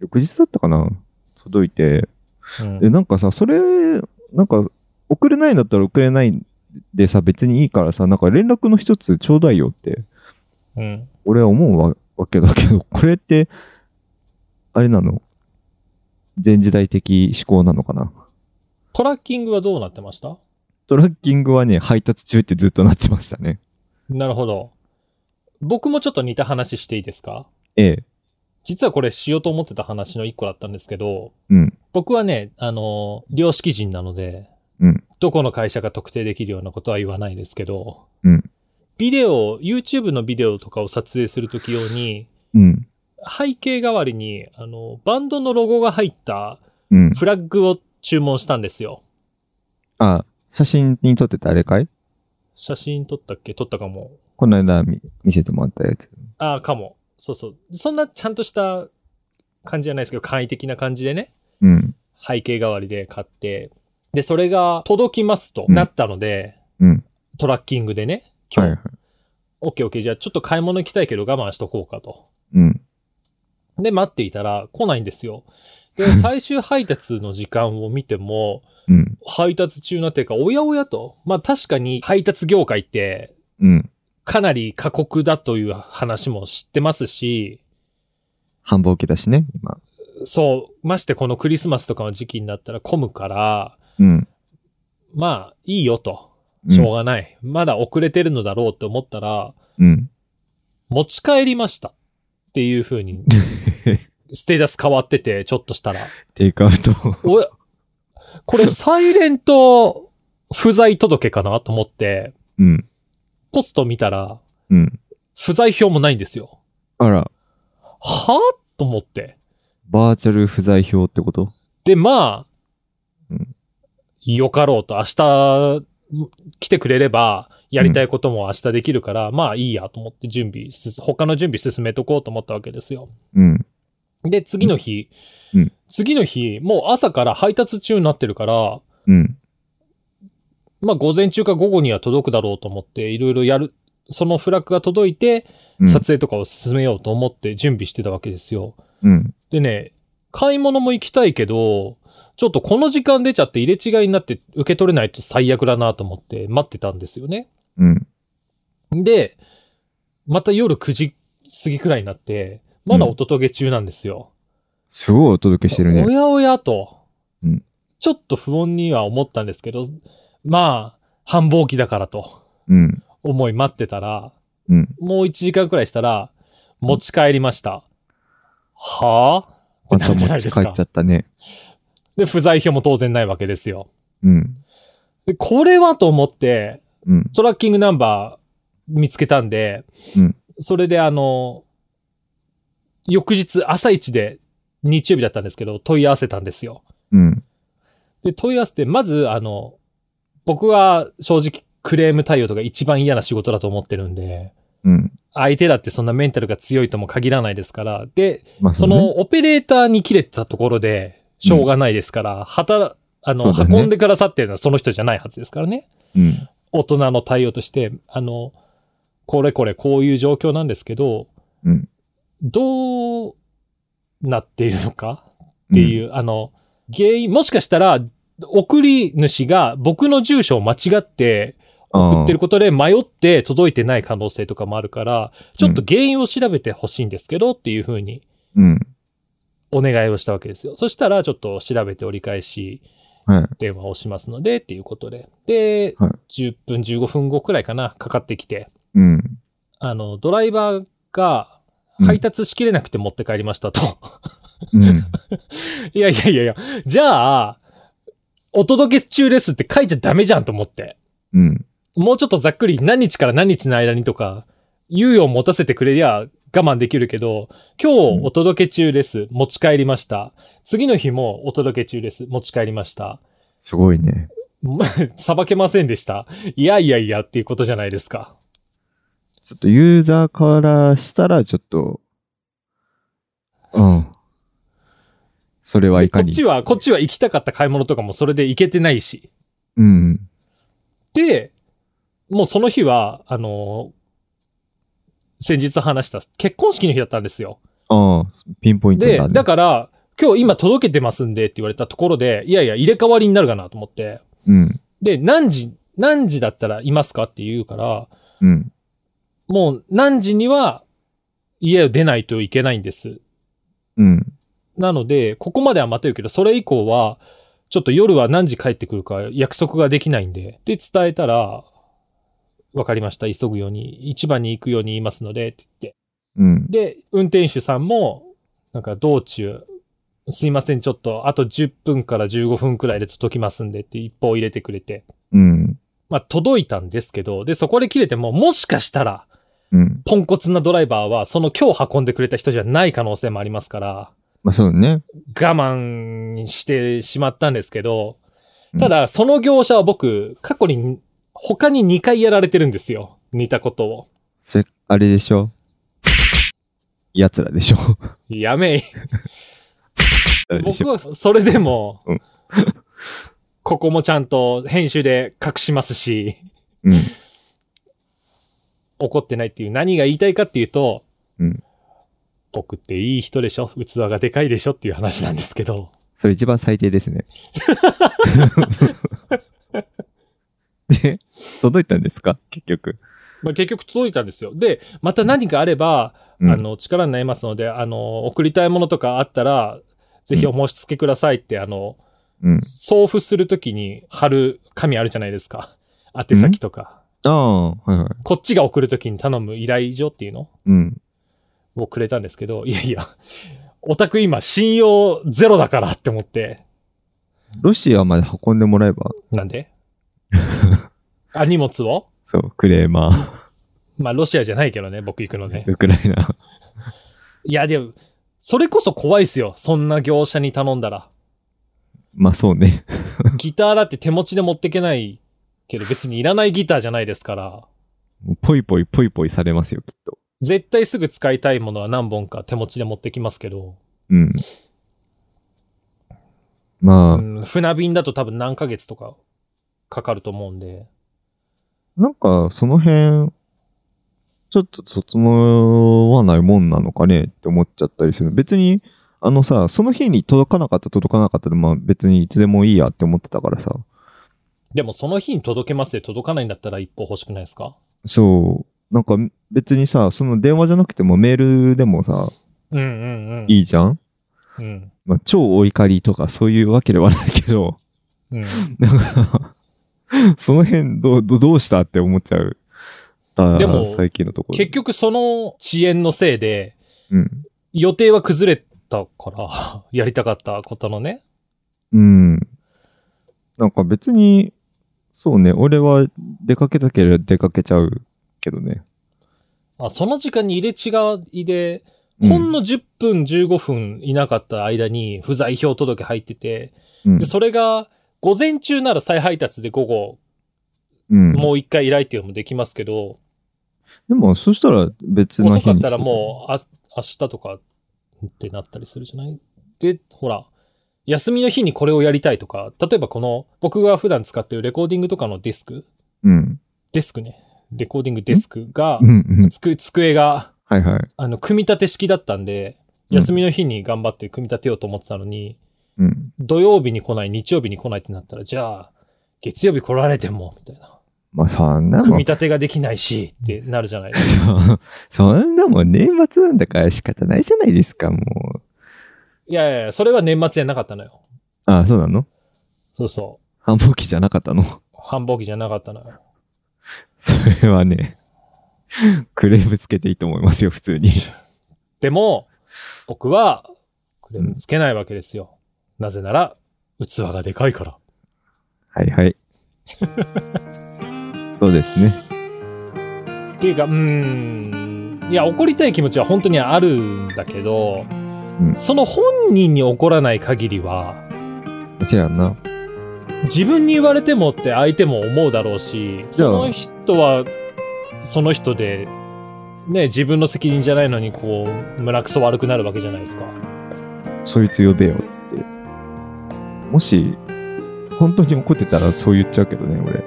[SPEAKER 2] 翌日だったかな届いて。
[SPEAKER 1] うん
[SPEAKER 2] で、なんかさ、それ、なんか送れないんだったら送れないでさ、別にいいからさ、なんか連絡の一つちょうだいよって、
[SPEAKER 1] うん。
[SPEAKER 2] 俺は思うわわけだけど、 これって、あれなの全時代的思考なのかな
[SPEAKER 1] トラッキングはどうなってました
[SPEAKER 2] トラッキングはね、配達中ってずっとなってましたね。
[SPEAKER 1] なるほど。僕もちょっと似た話していいですか
[SPEAKER 2] ええ。
[SPEAKER 1] 実はこれしようと思ってた話の一個だったんですけど、
[SPEAKER 2] うん。
[SPEAKER 1] 僕はね、あの、良識人なので、
[SPEAKER 2] うん
[SPEAKER 1] どこの会社が特定できるようなことは言わないですけど、
[SPEAKER 2] うん
[SPEAKER 1] ビデオ、YouTube のビデオとかを撮影するとき用に、
[SPEAKER 2] うん。
[SPEAKER 1] 背景代わりに、あの、バンドのロゴが入った
[SPEAKER 2] うん。
[SPEAKER 1] フラッグを注文したんですよ。
[SPEAKER 2] あ、写真に撮ってたあれかい
[SPEAKER 1] 写真撮ったっけ撮ったかも。
[SPEAKER 2] この間見見せてもらったやつ。
[SPEAKER 1] ああ、かも。そうそう。そんなちゃんとした感じじゃないですけど、簡易的な感じでね。
[SPEAKER 2] うん。
[SPEAKER 1] 背景代わりで買って、で、それが届きますと
[SPEAKER 2] うん
[SPEAKER 1] なったので、
[SPEAKER 2] うん
[SPEAKER 1] トラッキングでね、今
[SPEAKER 2] はいはい
[SPEAKER 1] 日、。オッケーオッケー、じゃあちょっと買い物行きたいけど我慢しとこうかと。
[SPEAKER 2] うん。
[SPEAKER 1] で、待っていたら来ないんですよ。 で、最終配達の時間を見ても、
[SPEAKER 2] うん。
[SPEAKER 1] 配達中なっていうか、おやおやと。まあ確かに配達業界って、
[SPEAKER 2] うん。
[SPEAKER 1] かなり過酷だという話も知ってますし、
[SPEAKER 2] 繁忙期だしね、今。
[SPEAKER 1] そう、ましてこのクリスマスとかの時期になったら混むから、
[SPEAKER 2] うん。
[SPEAKER 1] まあいいよと。
[SPEAKER 2] うん
[SPEAKER 1] しょうがない。まだ遅れてるのだろうって思ったら、
[SPEAKER 2] うん。
[SPEAKER 1] 持ち帰りましたっていう風 に、ステータス変わってて、ちょっとしたら。
[SPEAKER 2] テイクアウト。
[SPEAKER 1] おやこれサイレント不在届かなと思って、
[SPEAKER 2] うん。
[SPEAKER 1] ポスト見たら、
[SPEAKER 2] うん。
[SPEAKER 1] 不在表もないんですよ。
[SPEAKER 2] あら、
[SPEAKER 1] はぁと思って。
[SPEAKER 2] バーチャル不在表ってこと
[SPEAKER 1] で、まあ
[SPEAKER 2] うん、
[SPEAKER 1] よかろうと、明日来てくれれば、やりたいことも明日できるから、まあいいやと思って準備す、他の準備進めとこうと思ったわけですよ。
[SPEAKER 2] うん。
[SPEAKER 1] で、次の日、
[SPEAKER 2] うん
[SPEAKER 1] 次の日、もう朝から配達中になってるから、
[SPEAKER 2] うん。
[SPEAKER 1] まあ午前中か午後には届くだろうと思って、いろいろやる、そのフラッグが届いて、
[SPEAKER 2] うん
[SPEAKER 1] 撮影とかを進めようと思って準備してたわけですよ。
[SPEAKER 2] うん。
[SPEAKER 1] でね、買い物も行きたいけど、ちょっとこの時間出ちゃって入れ違いになって受け取れないと最悪だなと思って待ってたんですよね。
[SPEAKER 2] うん。
[SPEAKER 1] で、また夜9時過ぎくらいになって、まだお届け中なんですよ。
[SPEAKER 2] すごいお届けしてる
[SPEAKER 1] お
[SPEAKER 2] ね。
[SPEAKER 1] やおやと、
[SPEAKER 2] うん
[SPEAKER 1] ちょっと不穏には思ったんですけど、まあ、繁忙期だからと
[SPEAKER 2] うん。
[SPEAKER 1] 思い待ってたら、
[SPEAKER 2] うん。
[SPEAKER 1] もう1時間くらいしたら、持ち帰りました。はぁ、
[SPEAKER 2] ま
[SPEAKER 1] ってな
[SPEAKER 2] た
[SPEAKER 1] るじ
[SPEAKER 2] 持
[SPEAKER 1] ゃないで
[SPEAKER 2] ち
[SPEAKER 1] す
[SPEAKER 2] 帰っ
[SPEAKER 1] か
[SPEAKER 2] ちゃ。ったね。
[SPEAKER 1] で、不在表も当然ないわけですよ。
[SPEAKER 2] うん。
[SPEAKER 1] で、これはと思って、
[SPEAKER 2] うん。
[SPEAKER 1] トラッキングナンバー見つけたんで、
[SPEAKER 2] うん
[SPEAKER 1] それであの、翌日朝一で日曜日だったんですけど、問い合わせたんですよ。
[SPEAKER 2] うん。
[SPEAKER 1] で、問い合わせて、まず、あの、僕は正直クレーム対応とか一番嫌な仕事だと思ってるんで、
[SPEAKER 2] うん。
[SPEAKER 1] 相手だってそんなメンタルが強いとも限らないですから、で、
[SPEAKER 2] まあ、
[SPEAKER 1] そ
[SPEAKER 2] ね、
[SPEAKER 1] のオペレーターに切れてたところで、しょうがないですから、はた、あ
[SPEAKER 2] そ
[SPEAKER 1] の、
[SPEAKER 2] うだね
[SPEAKER 1] 運んでくださってるのはその人じゃないはずですからね。
[SPEAKER 2] うん。
[SPEAKER 1] 大人の対応として、あの、これこれこういう状況なんですけど、
[SPEAKER 2] うん
[SPEAKER 1] どうなっているのかっていう、あの、原因、もしかしたら、送り主が僕の住所を間違って送ってる
[SPEAKER 2] こ
[SPEAKER 1] ことで迷って届いてない可能性とかもあるから、ちょっと原因を調べてほしいんですけどっていうふうに
[SPEAKER 2] と。うん。
[SPEAKER 1] お願いをしたわけですよ。そしたら、ちょっと調べて折り返し
[SPEAKER 2] はい。
[SPEAKER 1] 電話をしますのでっていうことで。で、
[SPEAKER 2] はい
[SPEAKER 1] 10分、15分後くらいかな、かかってきて、
[SPEAKER 2] うん。
[SPEAKER 1] あの、ドライバーが
[SPEAKER 2] うん
[SPEAKER 1] 配達しきれなくて持って帰りましたと。
[SPEAKER 2] うん。
[SPEAKER 1] いやいやいやいや、じゃあ、お届け中ですって書いちゃダメじゃんと思って。
[SPEAKER 2] うん。
[SPEAKER 1] もうちょっとざっくり何日から何日の間にとか、猶予を持たせてくれりゃ我慢できるけど、今日お届け中です。持ち帰りました。次の日もお届け中です。持ち帰りました。
[SPEAKER 2] すごいね。
[SPEAKER 1] さばけませんでした。いやいやいやっていうことじゃないですか。
[SPEAKER 2] ちょっとユーザーからしたら、ちょっと、うん。それはい
[SPEAKER 1] でこ
[SPEAKER 2] か
[SPEAKER 1] っ
[SPEAKER 2] に。
[SPEAKER 1] ちは、こっちは行きたかった買い物とかもそれで行けてないし。
[SPEAKER 2] うん。
[SPEAKER 1] で、もうその日は、あのー先日話した結婚式の日だったんですよ。
[SPEAKER 2] ああ、ピンポイント
[SPEAKER 1] で、
[SPEAKER 2] ね
[SPEAKER 1] だから、今日今届けてますんでって言われたところで、いやいや、入れ替わりになるかなと思って。
[SPEAKER 2] うん。
[SPEAKER 1] で、何時、何時だったらいますかって言うから、
[SPEAKER 2] うん。
[SPEAKER 1] もう何時には家を出ないといけないんです。
[SPEAKER 2] うん。
[SPEAKER 1] なので、ここまでは待てるけど、それ以降は、ちょっと夜は何時帰ってくるか約束ができないんで、で、伝えたら、わかりました、急ぐように、市場に行くように言いますので、って言って。
[SPEAKER 2] うん。
[SPEAKER 1] で、運転手さんも、なんか道中、すいません、ちょっと、あと10分から15分くらいで届きますんでって一報入れてくれて。
[SPEAKER 2] うん。
[SPEAKER 1] まあ、届いたんですけど、で、そこで切れても、もしかしたら、
[SPEAKER 2] うん。
[SPEAKER 1] ポンコツなドライバーは、その今日運んでくれた人じゃない可能性もありますから、
[SPEAKER 2] まあそうね。
[SPEAKER 1] 我慢してしまったんですけど
[SPEAKER 2] う、ん
[SPEAKER 1] ただ、その業者は僕、過去に、他に2回やられてるんですよ。似たことを。
[SPEAKER 2] せ、あれでしょ。奴らでしょ。
[SPEAKER 1] やめい。
[SPEAKER 2] あれでし
[SPEAKER 1] 僕
[SPEAKER 2] ょ。
[SPEAKER 1] は、それでも
[SPEAKER 2] うん、
[SPEAKER 1] ここもちゃんと編集で隠しますし、
[SPEAKER 2] うん。
[SPEAKER 1] 怒ってないっていう、何が言いたいかっていうと
[SPEAKER 2] うん、
[SPEAKER 1] ぽくていい人でしょ器がでかいでしょっていう話なんですけど。
[SPEAKER 2] それ一番最低で すね。で、届いたんですか結局。
[SPEAKER 1] まあ、結局届いたんですよ。で、また何かあれば、
[SPEAKER 2] うん
[SPEAKER 1] あの、力になりますので、あの、送りたいものとかあったら、ぜひお申し付けくださいって、あの、
[SPEAKER 2] うん。
[SPEAKER 1] 送付するときに貼る紙あるじゃないですか。宛先とか。
[SPEAKER 2] ああ、はいはい。
[SPEAKER 1] こっちが送るときに頼む依頼状っていうの
[SPEAKER 2] うん。
[SPEAKER 1] をくれたんですけど、 いやいや、オタク今信用ゼロだからって思って。
[SPEAKER 2] ロシアまで運んでもらえば、
[SPEAKER 1] なん であ、荷物を
[SPEAKER 2] そう、クレーマー、
[SPEAKER 1] まあ、ロシアじゃないけどね、僕行くのね。
[SPEAKER 2] ウクライナ。
[SPEAKER 1] いや、でも、それこそ怖いっすよ。そんな業者に頼んだ ら。
[SPEAKER 2] まあそうね。
[SPEAKER 1] ギターだって手持ちで持ってけないけど、別にいらないギターじゃないですから、
[SPEAKER 2] もうポイポイポイポイされますよ、きっと。
[SPEAKER 1] 絶対すぐ使いたいものは何本か手持ちで持ってきますけど、
[SPEAKER 2] うん。まあ、
[SPEAKER 1] うん船便だと多分何ヶ月とかかかると思うんで、
[SPEAKER 2] なんか、その辺、ちょっと整わないもんなのかねって思っちゃったりする。別に、あのさ、その日に届かなかった届かなかったで、まあ別にいつでもいいやって思ってたからさ。
[SPEAKER 1] でもその日に届けますで届かないんだったら一歩欲しくないですか
[SPEAKER 2] そう。なんか別にさ、その電話じゃなくてもメールでもさ、
[SPEAKER 1] うんうんうん。
[SPEAKER 2] いいじゃん
[SPEAKER 1] うん。
[SPEAKER 2] まあ超お怒りとかそういうわけではないけど、
[SPEAKER 1] うん。
[SPEAKER 2] なんか、その辺どう、どどうしたって思っちゃう。だ
[SPEAKER 1] でも
[SPEAKER 2] 最近のところ。
[SPEAKER 1] 結局その遅延のせいで、
[SPEAKER 2] うん。
[SPEAKER 1] 予定は崩れたから、 やりたかったことのね。
[SPEAKER 2] うん。なんか別に、そうね、俺は出かけたければ出かけちゃうけどね。
[SPEAKER 1] あその時間に入れ違いで、
[SPEAKER 2] うん
[SPEAKER 1] ほんの10分、15分いなかった間に不在票届入ってて、
[SPEAKER 2] うん
[SPEAKER 1] で、それが午前中なら再配達で午後、
[SPEAKER 2] うん、
[SPEAKER 1] もう一回依頼っていうのもできますけど、
[SPEAKER 2] でも、そしたら別の
[SPEAKER 1] 遅
[SPEAKER 2] 日
[SPEAKER 1] か
[SPEAKER 2] に
[SPEAKER 1] ったらもうあ明日とかってなったりするじゃないで、ほら、休みの日にこれをやりたいとか、例えばこの僕が普段使ってるレコーディングとかのデスク、
[SPEAKER 2] う。うん。
[SPEAKER 1] デスクね、レコーディングデスクが
[SPEAKER 2] うん、うん。
[SPEAKER 1] つく机が
[SPEAKER 2] はいはい。
[SPEAKER 1] あの、組み立て式だったんで、
[SPEAKER 2] うん
[SPEAKER 1] 休みの日に頑張って組み立てようと思ってたのに、
[SPEAKER 2] うん。
[SPEAKER 1] 土曜日に来ない、日曜日に来ないってなったら、じゃあ、月曜日来られても、みたいな。
[SPEAKER 2] まあ、そんな
[SPEAKER 1] 組
[SPEAKER 2] も
[SPEAKER 1] み
[SPEAKER 2] ん。
[SPEAKER 1] 立てができないし、ってなるじゃないですか。
[SPEAKER 2] そうそんなもん年末なんだから仕方ないじゃないですか、もう。
[SPEAKER 1] いやいやいや、それは年末じゃなかったのよ。
[SPEAKER 2] ああ、そうなの
[SPEAKER 1] そうそ
[SPEAKER 2] 繁忙期じゃなかったの
[SPEAKER 1] う。繁忙期じゃなかったのよ。
[SPEAKER 2] それはね、クレームつけていいと思いますよ、普通に。
[SPEAKER 1] でも、僕は、クレームつけないわけですよ。なぜなら、器がでかいから。
[SPEAKER 2] はいはい。そうですね。
[SPEAKER 1] っていうか、うーん。いや、怒りたい気持ちは本当にあるんだけど、
[SPEAKER 2] うん
[SPEAKER 1] その本人に怒らない限りは、
[SPEAKER 2] せやんな。
[SPEAKER 1] 自分に言われてもって相手も思うだろうし
[SPEAKER 2] じゃ
[SPEAKER 1] そ
[SPEAKER 2] あ
[SPEAKER 1] の人はその人で、ね、自分の責任じゃないのにこう胸くそ悪くなるわけじゃないですか
[SPEAKER 2] そいつ呼べよ、つって。もし、本当に怒ってたらそう言っちゃうけどね、俺。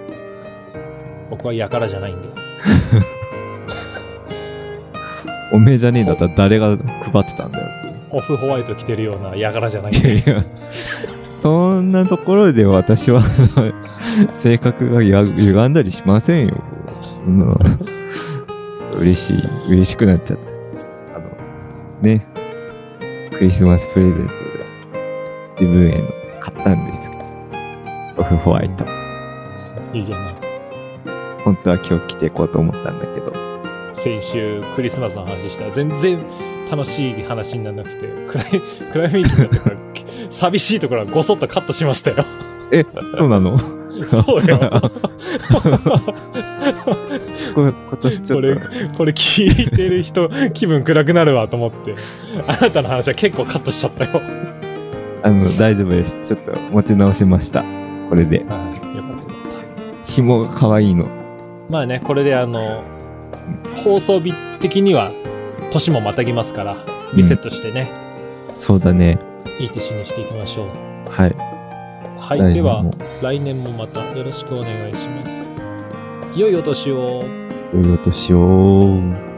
[SPEAKER 1] 僕はやからじゃないんで
[SPEAKER 2] おめえじゃねえんだったら誰が配ってたんだよっ
[SPEAKER 1] オフホワイト着てるようなやからじゃないん
[SPEAKER 2] て。
[SPEAKER 1] で
[SPEAKER 2] いや、そんなところで私は、 あの性格がや歪んだりしませんよ。そんなちょっと嬉しい、嬉しくなっちゃった。あの、ね、クリスマスプレゼントで自分への買ったんですけど、オフホワイト。
[SPEAKER 1] いいじゃない
[SPEAKER 2] 本当は今日着ていこうと思ったんだけど、
[SPEAKER 1] 先週クリスマスの話したら全然楽しい話にならなくて暗い 暗い雰囲気になってから寂しいところはごそっとカットしま したよ
[SPEAKER 2] え、そうなの
[SPEAKER 1] そうよ
[SPEAKER 2] これ今年ちょ
[SPEAKER 1] こ
[SPEAKER 2] っ
[SPEAKER 1] れ
[SPEAKER 2] と、
[SPEAKER 1] これ聞いてる人気分暗くなるわと思ってあなたの話は結構カットしちゃったよ、
[SPEAKER 2] あの、大丈夫です。ちょっと持ち直しました。これで。
[SPEAKER 1] はい、よかったよかっ
[SPEAKER 2] 紐が可愛いの。
[SPEAKER 1] たまあねこれであの放送日的には年もまたぎますからリセットしてね、
[SPEAKER 2] そうだね。
[SPEAKER 1] いい年にしていきましょう
[SPEAKER 2] はい。
[SPEAKER 1] はい、
[SPEAKER 2] 来
[SPEAKER 1] で
[SPEAKER 2] 年
[SPEAKER 1] は
[SPEAKER 2] も
[SPEAKER 1] 来年もまたよろしくお願いします良いお年を
[SPEAKER 2] 良いお年を。